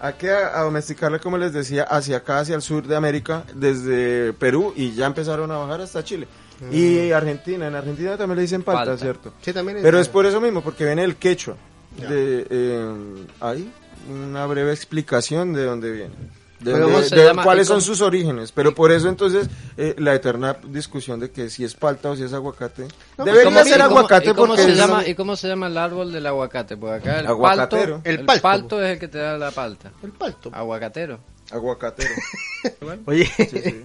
[SPEAKER 2] a, que- a domesticarla, como les decía, hacia acá, hacia el sur de América, desde Perú, y ya empezaron a bajar hasta Chile. Y
[SPEAKER 3] Mm.
[SPEAKER 2] Argentina, en Argentina también le dicen palta,
[SPEAKER 3] Palta.
[SPEAKER 2] ¿cierto?
[SPEAKER 1] Sí, también
[SPEAKER 2] Pero es por eso mismo, porque viene el quechua. De, eh, hay una breve explicación de dónde viene. De,
[SPEAKER 3] Pero
[SPEAKER 2] dónde-
[SPEAKER 3] ¿cómo se
[SPEAKER 2] de
[SPEAKER 3] llama?
[SPEAKER 2] cuáles
[SPEAKER 3] ¿Y
[SPEAKER 2] son
[SPEAKER 3] cómo-
[SPEAKER 2] sus orígenes. Pero por eso entonces eh, la eterna discusión de que si es palta o si es aguacate.
[SPEAKER 1] No,
[SPEAKER 2] Debería
[SPEAKER 1] ¿cómo-
[SPEAKER 2] ser
[SPEAKER 3] ¿y pues, cómo-
[SPEAKER 2] aguacate
[SPEAKER 3] y cómo
[SPEAKER 2] porque
[SPEAKER 3] se
[SPEAKER 2] es-
[SPEAKER 3] llama, ¿Y cómo se llama el árbol del aguacate? Pues acá el
[SPEAKER 2] Aguacatero.
[SPEAKER 3] palto.
[SPEAKER 1] El
[SPEAKER 3] El
[SPEAKER 1] palto,
[SPEAKER 3] palto es el que te da la palta.
[SPEAKER 1] El palto.
[SPEAKER 3] Aguacatero.
[SPEAKER 2] aguacatero.
[SPEAKER 1] Oye,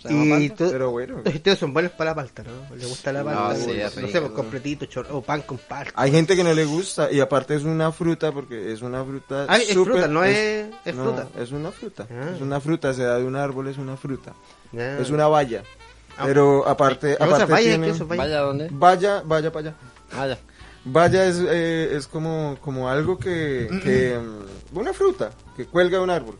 [SPEAKER 3] ¿Se llama
[SPEAKER 1] y
[SPEAKER 3] palta?
[SPEAKER 1] tú-
[SPEAKER 2] Pero bueno.
[SPEAKER 1] ustedes son buenos para la palta, ¿no? ¿Les gusta la palta?
[SPEAKER 3] sí,
[SPEAKER 1] no
[SPEAKER 3] es
[SPEAKER 1] sé,
[SPEAKER 3] rico,
[SPEAKER 1] pues, completito, chor- o pan con palta.
[SPEAKER 2] Hay gente que no le gusta y aparte es una fruta porque es una fruta.
[SPEAKER 1] Ah, es
[SPEAKER 2] súper-
[SPEAKER 1] fruta, no es- es
[SPEAKER 2] no,
[SPEAKER 1] fruta.
[SPEAKER 2] Es una fruta.
[SPEAKER 1] Ah.
[SPEAKER 2] Es una fruta, se da de un árbol, es una fruta.
[SPEAKER 1] Ah.
[SPEAKER 2] Es una valla.
[SPEAKER 1] Ah.
[SPEAKER 2] Pero aparte,
[SPEAKER 1] No, esas
[SPEAKER 2] aparte
[SPEAKER 1] vallas,
[SPEAKER 2] tiene-
[SPEAKER 1] que esos vallas.
[SPEAKER 3] Vaya, ¿dónde? Ah,
[SPEAKER 2] Vaya, vaya para allá.
[SPEAKER 3] Vaya.
[SPEAKER 2] Vaya es, eh, es como, como algo que, que, mm, Una fruta que cuelga de un árbol.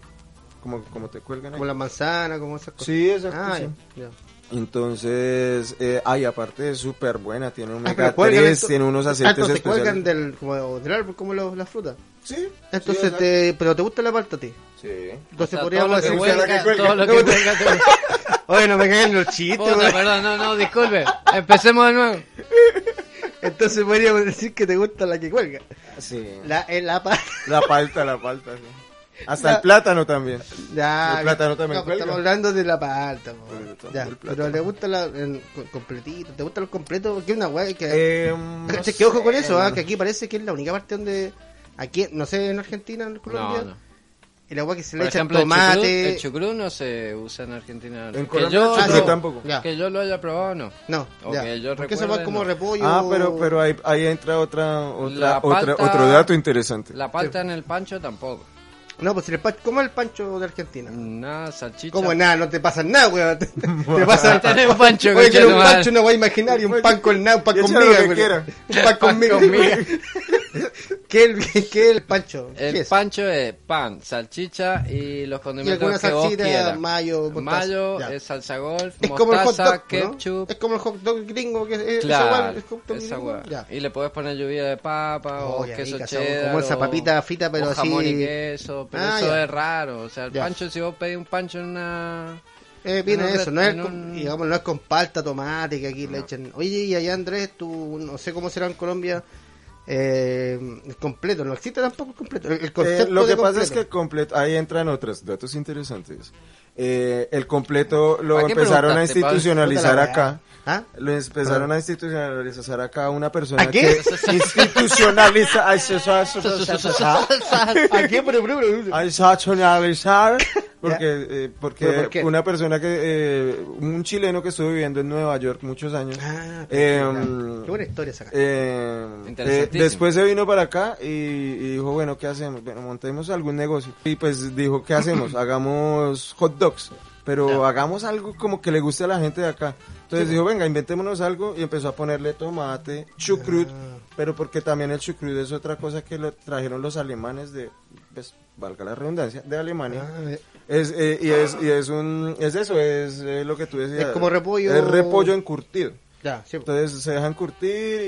[SPEAKER 2] Como, como te cuelgan ahí.
[SPEAKER 1] Como la manzana, como esas cosas.
[SPEAKER 2] Sí, exacto.
[SPEAKER 1] Ah,
[SPEAKER 2] sí.
[SPEAKER 1] ya, ya.
[SPEAKER 2] Entonces, eh, ay, aparte es súper buena, tiene un
[SPEAKER 1] Ah,
[SPEAKER 2] omega
[SPEAKER 1] pero cuelgan
[SPEAKER 2] 3,
[SPEAKER 1] esto-
[SPEAKER 2] tiene unos
[SPEAKER 1] ah,
[SPEAKER 2] aceites
[SPEAKER 1] entonces cuelgan
[SPEAKER 2] especiales.
[SPEAKER 1] del, como, del árbol como los- las frutas.
[SPEAKER 2] Sí,
[SPEAKER 1] Entonces,
[SPEAKER 2] sí,
[SPEAKER 1] te, pero te gusta la palta a ti.
[SPEAKER 2] sí.
[SPEAKER 3] O sea,
[SPEAKER 1] Entonces
[SPEAKER 3] todo lo
[SPEAKER 1] podríamos
[SPEAKER 3] que
[SPEAKER 1] decir
[SPEAKER 2] huelga,
[SPEAKER 3] huelga,
[SPEAKER 2] cuelga.
[SPEAKER 3] todo lo que
[SPEAKER 1] No,
[SPEAKER 3] huelga, te-
[SPEAKER 1] Oye, no me caigan los chistes,
[SPEAKER 3] Puta,
[SPEAKER 1] güey.
[SPEAKER 3] perdón, no, no, disculpe. Empecemos de nuevo.
[SPEAKER 1] Entonces podríamos decir que te gusta la que cuelga.
[SPEAKER 2] sí.
[SPEAKER 1] La,
[SPEAKER 2] La...
[SPEAKER 1] eh, la palta.
[SPEAKER 2] palta, la palta, sí. Hasta
[SPEAKER 1] La-
[SPEAKER 2] el plátano también.
[SPEAKER 1] Ya,
[SPEAKER 2] El plátano también
[SPEAKER 1] no, pero
[SPEAKER 2] cuelga.
[SPEAKER 1] estamos hablando de la palta, po.
[SPEAKER 2] Bueno, entonces,
[SPEAKER 1] ya,
[SPEAKER 2] el plátano.
[SPEAKER 1] pero le gusta la el co- completito, te gustan los completos, porque es una weá que
[SPEAKER 2] Eh, no
[SPEAKER 1] Cacha, que
[SPEAKER 2] sé,
[SPEAKER 1] ojo con eso, ah,
[SPEAKER 2] hermano.
[SPEAKER 1] que aquí parece que es la única parte donde aquí, no sé, en Argentina, en Colombia,
[SPEAKER 3] No, no.
[SPEAKER 1] y la weá que se
[SPEAKER 3] Por
[SPEAKER 1] le echa
[SPEAKER 3] ejemplo, el chucrut-
[SPEAKER 1] tomate,
[SPEAKER 3] el chucrut no se usa en Argentina.
[SPEAKER 2] En
[SPEAKER 3] que
[SPEAKER 2] Colombia el
[SPEAKER 3] yo,
[SPEAKER 2] chucrut
[SPEAKER 3] lo-
[SPEAKER 2] tampoco.
[SPEAKER 1] Ya.
[SPEAKER 3] que yo lo haya probado, no.
[SPEAKER 1] no,
[SPEAKER 3] Ok,
[SPEAKER 1] ya,
[SPEAKER 3] yo
[SPEAKER 1] porque esa
[SPEAKER 3] recuerde,
[SPEAKER 1] weá es como
[SPEAKER 3] no.
[SPEAKER 1] repollo,
[SPEAKER 2] Ah, pero, pero ahí, ahí entra otra,
[SPEAKER 3] La
[SPEAKER 2] otra,
[SPEAKER 3] palta-
[SPEAKER 2] otra- otro dato interesante.
[SPEAKER 3] La palta en el pancho tampoco.
[SPEAKER 1] no, pues si le pa- ¿cómo es el pancho de Argentina?
[SPEAKER 3] Mm, Nada, salchicha.
[SPEAKER 1] Como nada, no te pasa nada, weón. Te, te pasa
[SPEAKER 3] Tenés un pancho,
[SPEAKER 1] Oye, quiero un
[SPEAKER 3] conchetumare.
[SPEAKER 1] pancho, una weá imaginaria, un pan con nada, un pan
[SPEAKER 2] Y
[SPEAKER 1] con
[SPEAKER 2] échale lo
[SPEAKER 1] miga,
[SPEAKER 2] que
[SPEAKER 1] weón.
[SPEAKER 2] quiera.
[SPEAKER 1] Un pan con miga.
[SPEAKER 3] con miga.
[SPEAKER 1] ¿Qué es el, qué es el pancho?
[SPEAKER 3] El
[SPEAKER 1] ¿Qué es?
[SPEAKER 3] pancho es pan, salchicha y
[SPEAKER 1] Y alguna
[SPEAKER 3] los condimentos que vos
[SPEAKER 1] salsita,
[SPEAKER 3] quieras.
[SPEAKER 1] mayo, mostaza.
[SPEAKER 3] Mayo,
[SPEAKER 1] Ya.
[SPEAKER 3] es salsa golf,
[SPEAKER 1] Es como el hot
[SPEAKER 3] mostaza,
[SPEAKER 1] dog, ¿no?
[SPEAKER 3] ketchup.
[SPEAKER 1] Es como el hot dog gringo que es, es-
[SPEAKER 3] Claro,
[SPEAKER 1] esa weá, el hot dog
[SPEAKER 3] esa
[SPEAKER 1] gringo,
[SPEAKER 3] weá.
[SPEAKER 1] ya.
[SPEAKER 3] Y le puedes poner lluvia de papa
[SPEAKER 1] Oh,
[SPEAKER 3] o
[SPEAKER 1] qué
[SPEAKER 3] queso
[SPEAKER 1] rica, esa weá,
[SPEAKER 3] cheddar.
[SPEAKER 1] como esa
[SPEAKER 3] o-
[SPEAKER 1] papita frita, pero
[SPEAKER 3] o jamón
[SPEAKER 1] así-
[SPEAKER 3] y queso, pero
[SPEAKER 1] Ah,
[SPEAKER 3] eso
[SPEAKER 1] ya.
[SPEAKER 3] es raro. O sea, el
[SPEAKER 1] Ya.
[SPEAKER 3] pancho, si vos pedís un pancho en una...
[SPEAKER 1] Eh, viene
[SPEAKER 3] En un
[SPEAKER 1] eso,
[SPEAKER 3] re-
[SPEAKER 1] no es,
[SPEAKER 3] en
[SPEAKER 1] con,
[SPEAKER 3] un-
[SPEAKER 1] digamos, no es con palta, tomate, que aquí le echan. Oye, y allá Andrés, tú, no sé cómo será en Colombia, eh, el completo, no existe tampoco el completo. El, el
[SPEAKER 2] Eh,
[SPEAKER 1] concepto
[SPEAKER 2] lo que
[SPEAKER 1] de
[SPEAKER 2] pasa es
[SPEAKER 1] completo.
[SPEAKER 2] que completo, ahí entran otros datos interesantes. Eh, el completo lo
[SPEAKER 3] ¿Para qué
[SPEAKER 2] empezaron a
[SPEAKER 3] preguntaste, Pablo?
[SPEAKER 2] institucionalizar
[SPEAKER 1] Puta la
[SPEAKER 2] acá.
[SPEAKER 1] weá. ¿Ah?
[SPEAKER 2] Lo empezaron a institucionalizar acá una persona
[SPEAKER 1] ¿A qué?
[SPEAKER 2] que institucionaliza
[SPEAKER 1] ¿A qué? Pero, pero, pero-
[SPEAKER 2] a institucionalizar porque eh,
[SPEAKER 1] ¿Pero
[SPEAKER 2] porque
[SPEAKER 1] por qué?
[SPEAKER 2] una persona que eh, un chileno que estuvo viviendo en Nueva York muchos años
[SPEAKER 1] Ah,
[SPEAKER 2] eh,
[SPEAKER 1] qué buena historia esa.
[SPEAKER 2] eh, eh,
[SPEAKER 3] Interesantísimo.
[SPEAKER 2] después se vino para acá y, y dijo, bueno, ¿qué hacemos? Bueno, montemos algún negocio. Y pues dijo, ¿qué hacemos? Hagamos hot dogs, pero hagamos algo como que le guste a la gente de acá. Entonces dijo, venga, inventémonos algo y empezó a ponerle tomate, chucrut, pero porque también el chucrut es otra cosa que lo trajeron los alemanes de, pues, valga la redundancia, de Alemania.
[SPEAKER 1] Ah, eh,
[SPEAKER 2] Es, eh, y, es, y es un, es eso, es eh, lo que tú decías.
[SPEAKER 1] Es como repollo.
[SPEAKER 2] Es repollo encurtido.
[SPEAKER 1] ya, sí. pues.
[SPEAKER 2] Entonces se dejan curtir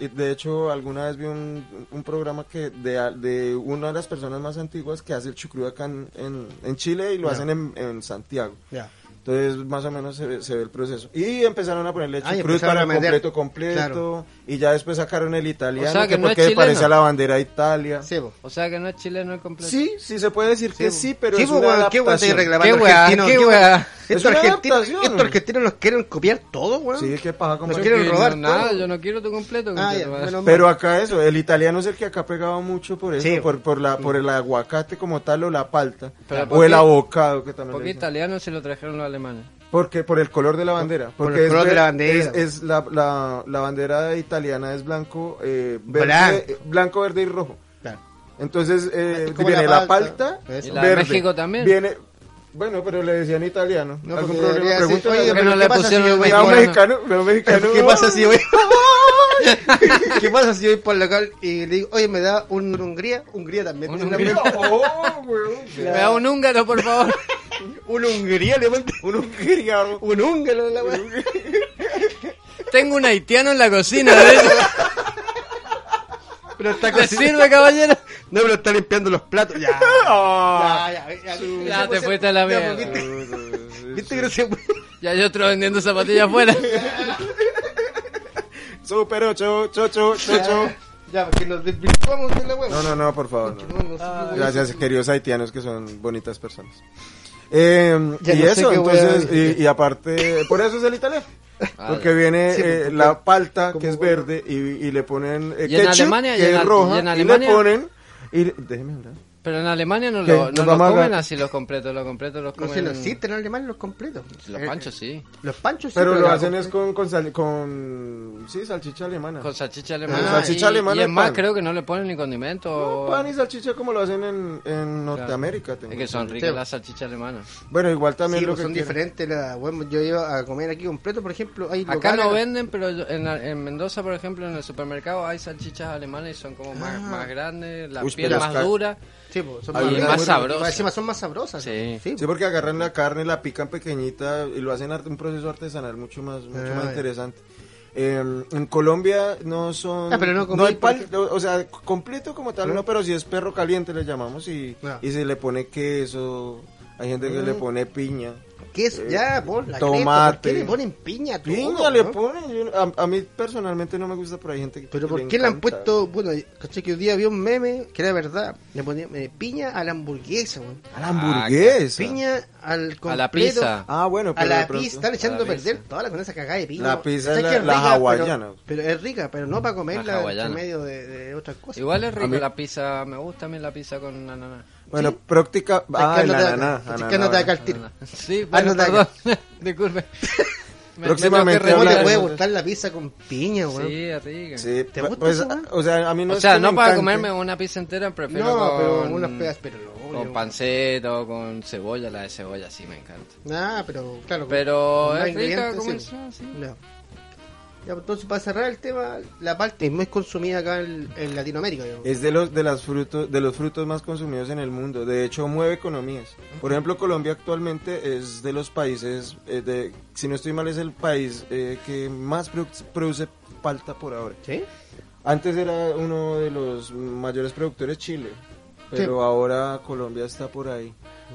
[SPEAKER 2] y, y de hecho alguna vez vi un, un programa que de, a- de una de las personas más antiguas que hace el chucrú acá en, en, en Chile y lo
[SPEAKER 1] Ya.
[SPEAKER 2] hacen en, en Santiago.
[SPEAKER 1] ya.
[SPEAKER 2] Entonces más o menos se ve, se ve el proceso. Y empezaron a ponerle
[SPEAKER 1] Ah, y
[SPEAKER 2] chucrú
[SPEAKER 1] empezaron
[SPEAKER 2] para
[SPEAKER 1] a meter.
[SPEAKER 2] completo completo
[SPEAKER 1] Claro.
[SPEAKER 2] y ya después sacaron el italiano
[SPEAKER 3] O sea, que
[SPEAKER 2] que
[SPEAKER 3] no es
[SPEAKER 2] porque
[SPEAKER 3] chileno.
[SPEAKER 2] parece a la bandera de Italia.
[SPEAKER 1] Sí, po.
[SPEAKER 3] O sea, que no es chileno completo.
[SPEAKER 2] Sí, sí se puede decir que sí, pero
[SPEAKER 1] Sí,
[SPEAKER 2] es
[SPEAKER 1] po,
[SPEAKER 2] una
[SPEAKER 1] weón, qué weón,
[SPEAKER 2] adaptación.
[SPEAKER 1] estáis reclamando
[SPEAKER 3] Qué weá,
[SPEAKER 1] argentinos,
[SPEAKER 3] qué
[SPEAKER 1] qué
[SPEAKER 3] weá.
[SPEAKER 1] weón.
[SPEAKER 2] Es
[SPEAKER 1] Estos
[SPEAKER 2] una
[SPEAKER 1] argentinos,
[SPEAKER 2] adaptación.
[SPEAKER 1] estos argentinos nos quieren copiar todo, weón.
[SPEAKER 2] Sí, qué paja con
[SPEAKER 1] Nos
[SPEAKER 3] Yo
[SPEAKER 1] quieren
[SPEAKER 3] que
[SPEAKER 1] robar
[SPEAKER 3] no, nada,
[SPEAKER 1] todo.
[SPEAKER 3] yo no quiero tu completo.
[SPEAKER 1] Ah,
[SPEAKER 3] concha
[SPEAKER 1] ya,
[SPEAKER 3] tu madre.
[SPEAKER 1] menos mal.
[SPEAKER 2] Pero acá eso, el italiano es el que acá ha pegado mucho por eso,
[SPEAKER 1] Sí.
[SPEAKER 2] por, por, la, por el aguacate como tal o la palta,
[SPEAKER 3] Pero
[SPEAKER 2] o
[SPEAKER 3] ¿por
[SPEAKER 2] el
[SPEAKER 3] qué-
[SPEAKER 2] abocado que también
[SPEAKER 3] ¿Por
[SPEAKER 2] le
[SPEAKER 3] qué
[SPEAKER 2] dicen.
[SPEAKER 3] italiano se lo trajeron los alemanes?
[SPEAKER 2] Porque por el color de la bandera. Porque
[SPEAKER 1] el
[SPEAKER 2] es
[SPEAKER 1] color de
[SPEAKER 2] ver-
[SPEAKER 1] la bandera.
[SPEAKER 2] Es, es la, la, la bandera italiana es blanco, eh, verde,
[SPEAKER 1] Blanco.
[SPEAKER 2] eh, blanco, verde y rojo.
[SPEAKER 1] Claro.
[SPEAKER 2] Entonces eh,
[SPEAKER 1] Es como
[SPEAKER 2] viene
[SPEAKER 1] la
[SPEAKER 2] la
[SPEAKER 1] palta.
[SPEAKER 2] palta,
[SPEAKER 1] Eso.
[SPEAKER 3] Y la de
[SPEAKER 2] verde.
[SPEAKER 3] México también.
[SPEAKER 2] Viene, bueno, pero le decían italiano.
[SPEAKER 1] No,
[SPEAKER 2] ¿Algún
[SPEAKER 1] porque
[SPEAKER 2] problema?
[SPEAKER 1] debería decir,
[SPEAKER 2] Pregúntale
[SPEAKER 1] oye,
[SPEAKER 2] a-
[SPEAKER 3] Que
[SPEAKER 1] pero
[SPEAKER 3] no
[SPEAKER 1] ¿qué
[SPEAKER 3] le
[SPEAKER 1] pasa si
[SPEAKER 3] pusieron
[SPEAKER 1] yo
[SPEAKER 3] el
[SPEAKER 1] voy
[SPEAKER 2] a un
[SPEAKER 3] bueno.
[SPEAKER 2] mexicano, a un mexicano.
[SPEAKER 1] ¿Qué pasa si voy? ¿Qué pasa si voy por el local y le digo, oye, me da un Hungría? Hungría también.
[SPEAKER 3] Un
[SPEAKER 1] Una-
[SPEAKER 3] Hungría.
[SPEAKER 2] Oh, weón.
[SPEAKER 3] Me da un húngaro, por favor.
[SPEAKER 1] un Hungría le manda
[SPEAKER 2] Un hungariano.
[SPEAKER 1] un húngaro. La weá.
[SPEAKER 3] Tengo un haitiano en la cocina. ¿ves?
[SPEAKER 1] pero está
[SPEAKER 3] ¿Te
[SPEAKER 1] cocinando.
[SPEAKER 3] sirve, caballero?
[SPEAKER 1] No, pero está limpiando los platos. Ya.
[SPEAKER 2] Ah.
[SPEAKER 1] Ya, ya, ya.
[SPEAKER 3] Ya te fuiste a la mierda.
[SPEAKER 1] ¿Viste, viste que no se puede?
[SPEAKER 3] Ya hay otro vendiendo zapatillas afuera.
[SPEAKER 2] Super 8, chocho, chocho.
[SPEAKER 1] Ya, porque nos desvirtuamos de la weá.
[SPEAKER 2] No, no, no, por favor. no.
[SPEAKER 1] No, no sé, weá.
[SPEAKER 2] Gracias, queridos haitianos, que son bonitas personas. Eh,
[SPEAKER 1] Ya
[SPEAKER 2] y
[SPEAKER 1] no sé
[SPEAKER 2] eso,
[SPEAKER 1] qué voy a
[SPEAKER 2] entonces,
[SPEAKER 1] decir. Ah,
[SPEAKER 2] y, y aparte, por eso es el italiano. Porque viene
[SPEAKER 1] Sí,
[SPEAKER 2] eh,
[SPEAKER 1] porque-
[SPEAKER 2] la palta, que
[SPEAKER 1] como
[SPEAKER 2] es
[SPEAKER 1] bueno.
[SPEAKER 2] verde, y, y le ponen eh,
[SPEAKER 3] Y en
[SPEAKER 2] ketchup,
[SPEAKER 3] Alemania, y
[SPEAKER 2] que
[SPEAKER 3] en
[SPEAKER 2] es
[SPEAKER 3] Al-
[SPEAKER 2] roja,
[SPEAKER 3] y en
[SPEAKER 2] y le
[SPEAKER 3] Alemania-
[SPEAKER 2] ponen... Y, déjeme hablar.
[SPEAKER 3] Pero en Alemania no
[SPEAKER 2] ¿Qué?
[SPEAKER 3] lo,
[SPEAKER 2] ¿Nos
[SPEAKER 3] no lo
[SPEAKER 2] vamos a
[SPEAKER 3] comen
[SPEAKER 2] ga-
[SPEAKER 3] así los completos, los completos los
[SPEAKER 1] No
[SPEAKER 3] comen...
[SPEAKER 1] sé, no existen en alemán los completos.
[SPEAKER 3] Los
[SPEAKER 1] Eh,
[SPEAKER 3] panchos, sí.
[SPEAKER 1] Los panchos sí, pues,
[SPEAKER 2] Pero lo
[SPEAKER 1] la-
[SPEAKER 2] hacen es con, con, sal- con... Sí, salchicha alemana.
[SPEAKER 3] Con salchicha alemana.
[SPEAKER 2] Ah, salchicha
[SPEAKER 3] y,
[SPEAKER 2] alemana
[SPEAKER 3] y es
[SPEAKER 2] y
[SPEAKER 3] más,
[SPEAKER 2] pan.
[SPEAKER 3] creo que no le ponen ni condimento.
[SPEAKER 2] No,
[SPEAKER 3] o-
[SPEAKER 2] pan y salchicha como lo hacen en, en Norteamérica. tengo
[SPEAKER 3] es que son
[SPEAKER 2] entendido.
[SPEAKER 3] ricas las salchichas alemanas.
[SPEAKER 2] Bueno, igual
[SPEAKER 1] Sí,
[SPEAKER 2] también lo
[SPEAKER 1] pues
[SPEAKER 2] que
[SPEAKER 1] son
[SPEAKER 2] quieran.
[SPEAKER 1] diferentes. la- bueno, yo iba a comer aquí completo, por ejemplo. Hay
[SPEAKER 3] Acá
[SPEAKER 1] locales-
[SPEAKER 3] no venden, pero yo- en, en Mendoza, por ejemplo, en el supermercado hay salchichas alemanas y son como más, más grandes, la
[SPEAKER 2] Ah. Uy,
[SPEAKER 3] piel
[SPEAKER 2] pero
[SPEAKER 3] más
[SPEAKER 2] acá-
[SPEAKER 3] dura.
[SPEAKER 1] Sí,
[SPEAKER 7] Sí, pues, son
[SPEAKER 2] Hay
[SPEAKER 7] más,
[SPEAKER 2] una
[SPEAKER 7] ricas.
[SPEAKER 2] muy
[SPEAKER 3] sabrosas.
[SPEAKER 7] Más Encima son más sabrosas.
[SPEAKER 3] Sí.
[SPEAKER 2] Sí, porque agarran la carne, la pican pequeñita y lo hacen arte- un proceso artesanal mucho más, mucho
[SPEAKER 7] Ah,
[SPEAKER 2] más
[SPEAKER 7] ya.
[SPEAKER 2] interesante. Eh, en Colombia no son...
[SPEAKER 7] Ah, pero no comí
[SPEAKER 2] hay pal-
[SPEAKER 7] porque-
[SPEAKER 2] o o sea, completo como
[SPEAKER 7] ¿Eh?
[SPEAKER 2] tal, no, pero si es perro caliente le llamamos y,
[SPEAKER 7] Ah.
[SPEAKER 2] y se le pone queso, hay gente que le pone piña.
[SPEAKER 7] ¿Qué es? Ya, por la
[SPEAKER 2] Tomate.
[SPEAKER 7] cresta, ¿Por qué le ponen piña a todo,
[SPEAKER 2] Piña le
[SPEAKER 7] no?
[SPEAKER 2] ponen, yo- a, a mí personalmente no me gusta, pero hay gente que
[SPEAKER 7] Pero
[SPEAKER 2] que
[SPEAKER 7] ¿por qué le han
[SPEAKER 2] encanta.
[SPEAKER 7] puesto? Bueno, caché que un día vi un meme que era verdad. Le ponían eh, piña a la hamburguesa, weón.
[SPEAKER 2] A la hamburguesa.
[SPEAKER 7] Piña al completo.
[SPEAKER 3] A la pizza.
[SPEAKER 2] Ah, bueno,
[SPEAKER 7] a
[SPEAKER 2] pero de
[SPEAKER 7] la
[SPEAKER 2] pronto-
[SPEAKER 7] pizza, están echando a,
[SPEAKER 3] A la
[SPEAKER 7] perder
[SPEAKER 3] pizza.
[SPEAKER 7] toda la con esa cagada de piña.
[SPEAKER 2] La
[SPEAKER 7] weón.
[SPEAKER 2] pizza
[SPEAKER 7] Caché
[SPEAKER 2] es la-
[SPEAKER 7] que es
[SPEAKER 2] la
[SPEAKER 7] rica, pero-
[SPEAKER 2] hawaiana.
[SPEAKER 7] Pero, es rica, pero no para comerla en
[SPEAKER 3] Mm. hawaiana.
[SPEAKER 7] medio de, de otras cosas.
[SPEAKER 3] Igual es rico
[SPEAKER 2] mí-
[SPEAKER 3] la pizza, me gusta a mí la pizza con ananá.
[SPEAKER 2] Bueno, práctica... Ah, el
[SPEAKER 7] Achicándote acá-
[SPEAKER 2] ananá,
[SPEAKER 7] achicándote
[SPEAKER 2] ananá.
[SPEAKER 7] acá el tiro.
[SPEAKER 3] Sí,
[SPEAKER 7] Ah, no,
[SPEAKER 3] bueno, perdón, disculpe. Me- me
[SPEAKER 2] Próximamente
[SPEAKER 3] tengo
[SPEAKER 7] ¿Cómo
[SPEAKER 2] Te
[SPEAKER 3] que
[SPEAKER 7] te
[SPEAKER 2] habla-
[SPEAKER 7] puede
[SPEAKER 3] regular.
[SPEAKER 7] gustar la pizza con piña, weón?
[SPEAKER 3] Sí, a ti.
[SPEAKER 2] Sí,
[SPEAKER 7] ¿Te
[SPEAKER 2] pa-
[SPEAKER 7] gusta
[SPEAKER 2] pues,
[SPEAKER 7] esa weá?
[SPEAKER 2] o sea, a mí no
[SPEAKER 3] o
[SPEAKER 2] es
[SPEAKER 3] sea,
[SPEAKER 2] que
[SPEAKER 3] no
[SPEAKER 2] me
[SPEAKER 3] para
[SPEAKER 2] encante.
[SPEAKER 3] comerme una pizza entera, prefiero
[SPEAKER 7] No,
[SPEAKER 3] con,
[SPEAKER 7] pero unas pedazas, pero no,
[SPEAKER 3] con
[SPEAKER 7] yo-
[SPEAKER 3] panceta o con cebolla, la de cebolla sí me encanta.
[SPEAKER 7] Ah, pero claro. con-
[SPEAKER 3] Pero
[SPEAKER 7] con
[SPEAKER 3] es
[SPEAKER 7] más
[SPEAKER 3] rica
[SPEAKER 7] ingredientes,
[SPEAKER 3] como
[SPEAKER 7] sí.
[SPEAKER 3] el- sí.
[SPEAKER 7] No. Ya, pues, entonces, para cerrar el tema, la palta es muy consumida acá en, en Latinoamérica. digamos.
[SPEAKER 2] Es de los de las frutos de los frutos más consumidos en el mundo. De hecho mueve economías. Por ejemplo, Colombia actualmente es de los países eh, de si no estoy mal es el país eh, que más produ- produce palta por ahora.
[SPEAKER 7] ¿Sí?
[SPEAKER 2] Antes era uno de los mayores productores Chile, pero
[SPEAKER 7] Sí.
[SPEAKER 2] ahora Colombia está por ahí.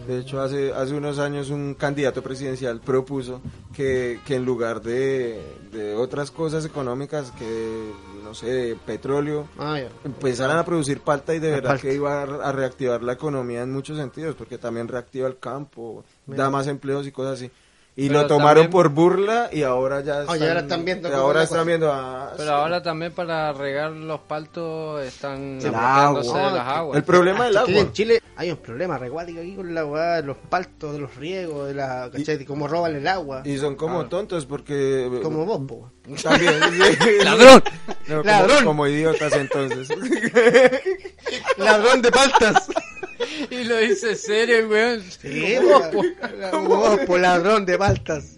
[SPEAKER 2] De hecho, hace, hace unos años un candidato presidencial propuso que, que en lugar de, de otras cosas económicas, que no sé, petróleo,
[SPEAKER 7] Ah, ya.
[SPEAKER 2] empezaran a producir palta y de verdad
[SPEAKER 7] palta.
[SPEAKER 2] que iba a a reactivar la economía en muchos sentidos, porque también reactiva el campo, da más empleos y cosas así. Y
[SPEAKER 3] Pero
[SPEAKER 2] lo tomaron
[SPEAKER 3] también-
[SPEAKER 2] por burla y ahora ya están,
[SPEAKER 7] Ah, y ahora están viendo cómo
[SPEAKER 2] ahora
[SPEAKER 7] la
[SPEAKER 2] están
[SPEAKER 7] cosa.
[SPEAKER 2] viendo ah,
[SPEAKER 3] Pero ahora también para regar los paltos están
[SPEAKER 2] El
[SPEAKER 3] apropiándose
[SPEAKER 2] agua.
[SPEAKER 3] de las aguas.
[SPEAKER 2] el problema del
[SPEAKER 7] Ah, que
[SPEAKER 2] agua.
[SPEAKER 7] En Chile hay un problema recuático aquí con la weá de los paltos, de los riegos, de la. ¿cachai? De cómo roban el agua.
[SPEAKER 2] Y son como
[SPEAKER 3] Ah.
[SPEAKER 2] tontos porque...
[SPEAKER 7] Como vos, po.
[SPEAKER 2] También,
[SPEAKER 3] ¡Ladrón!
[SPEAKER 2] No, como-
[SPEAKER 7] Ladrón.
[SPEAKER 2] Como, idiotas entonces.
[SPEAKER 7] Ladrón de paltas.
[SPEAKER 3] y lo dice serio, weón.
[SPEAKER 7] Sí, como vos, po. Como vos, po, ladrón de paltas.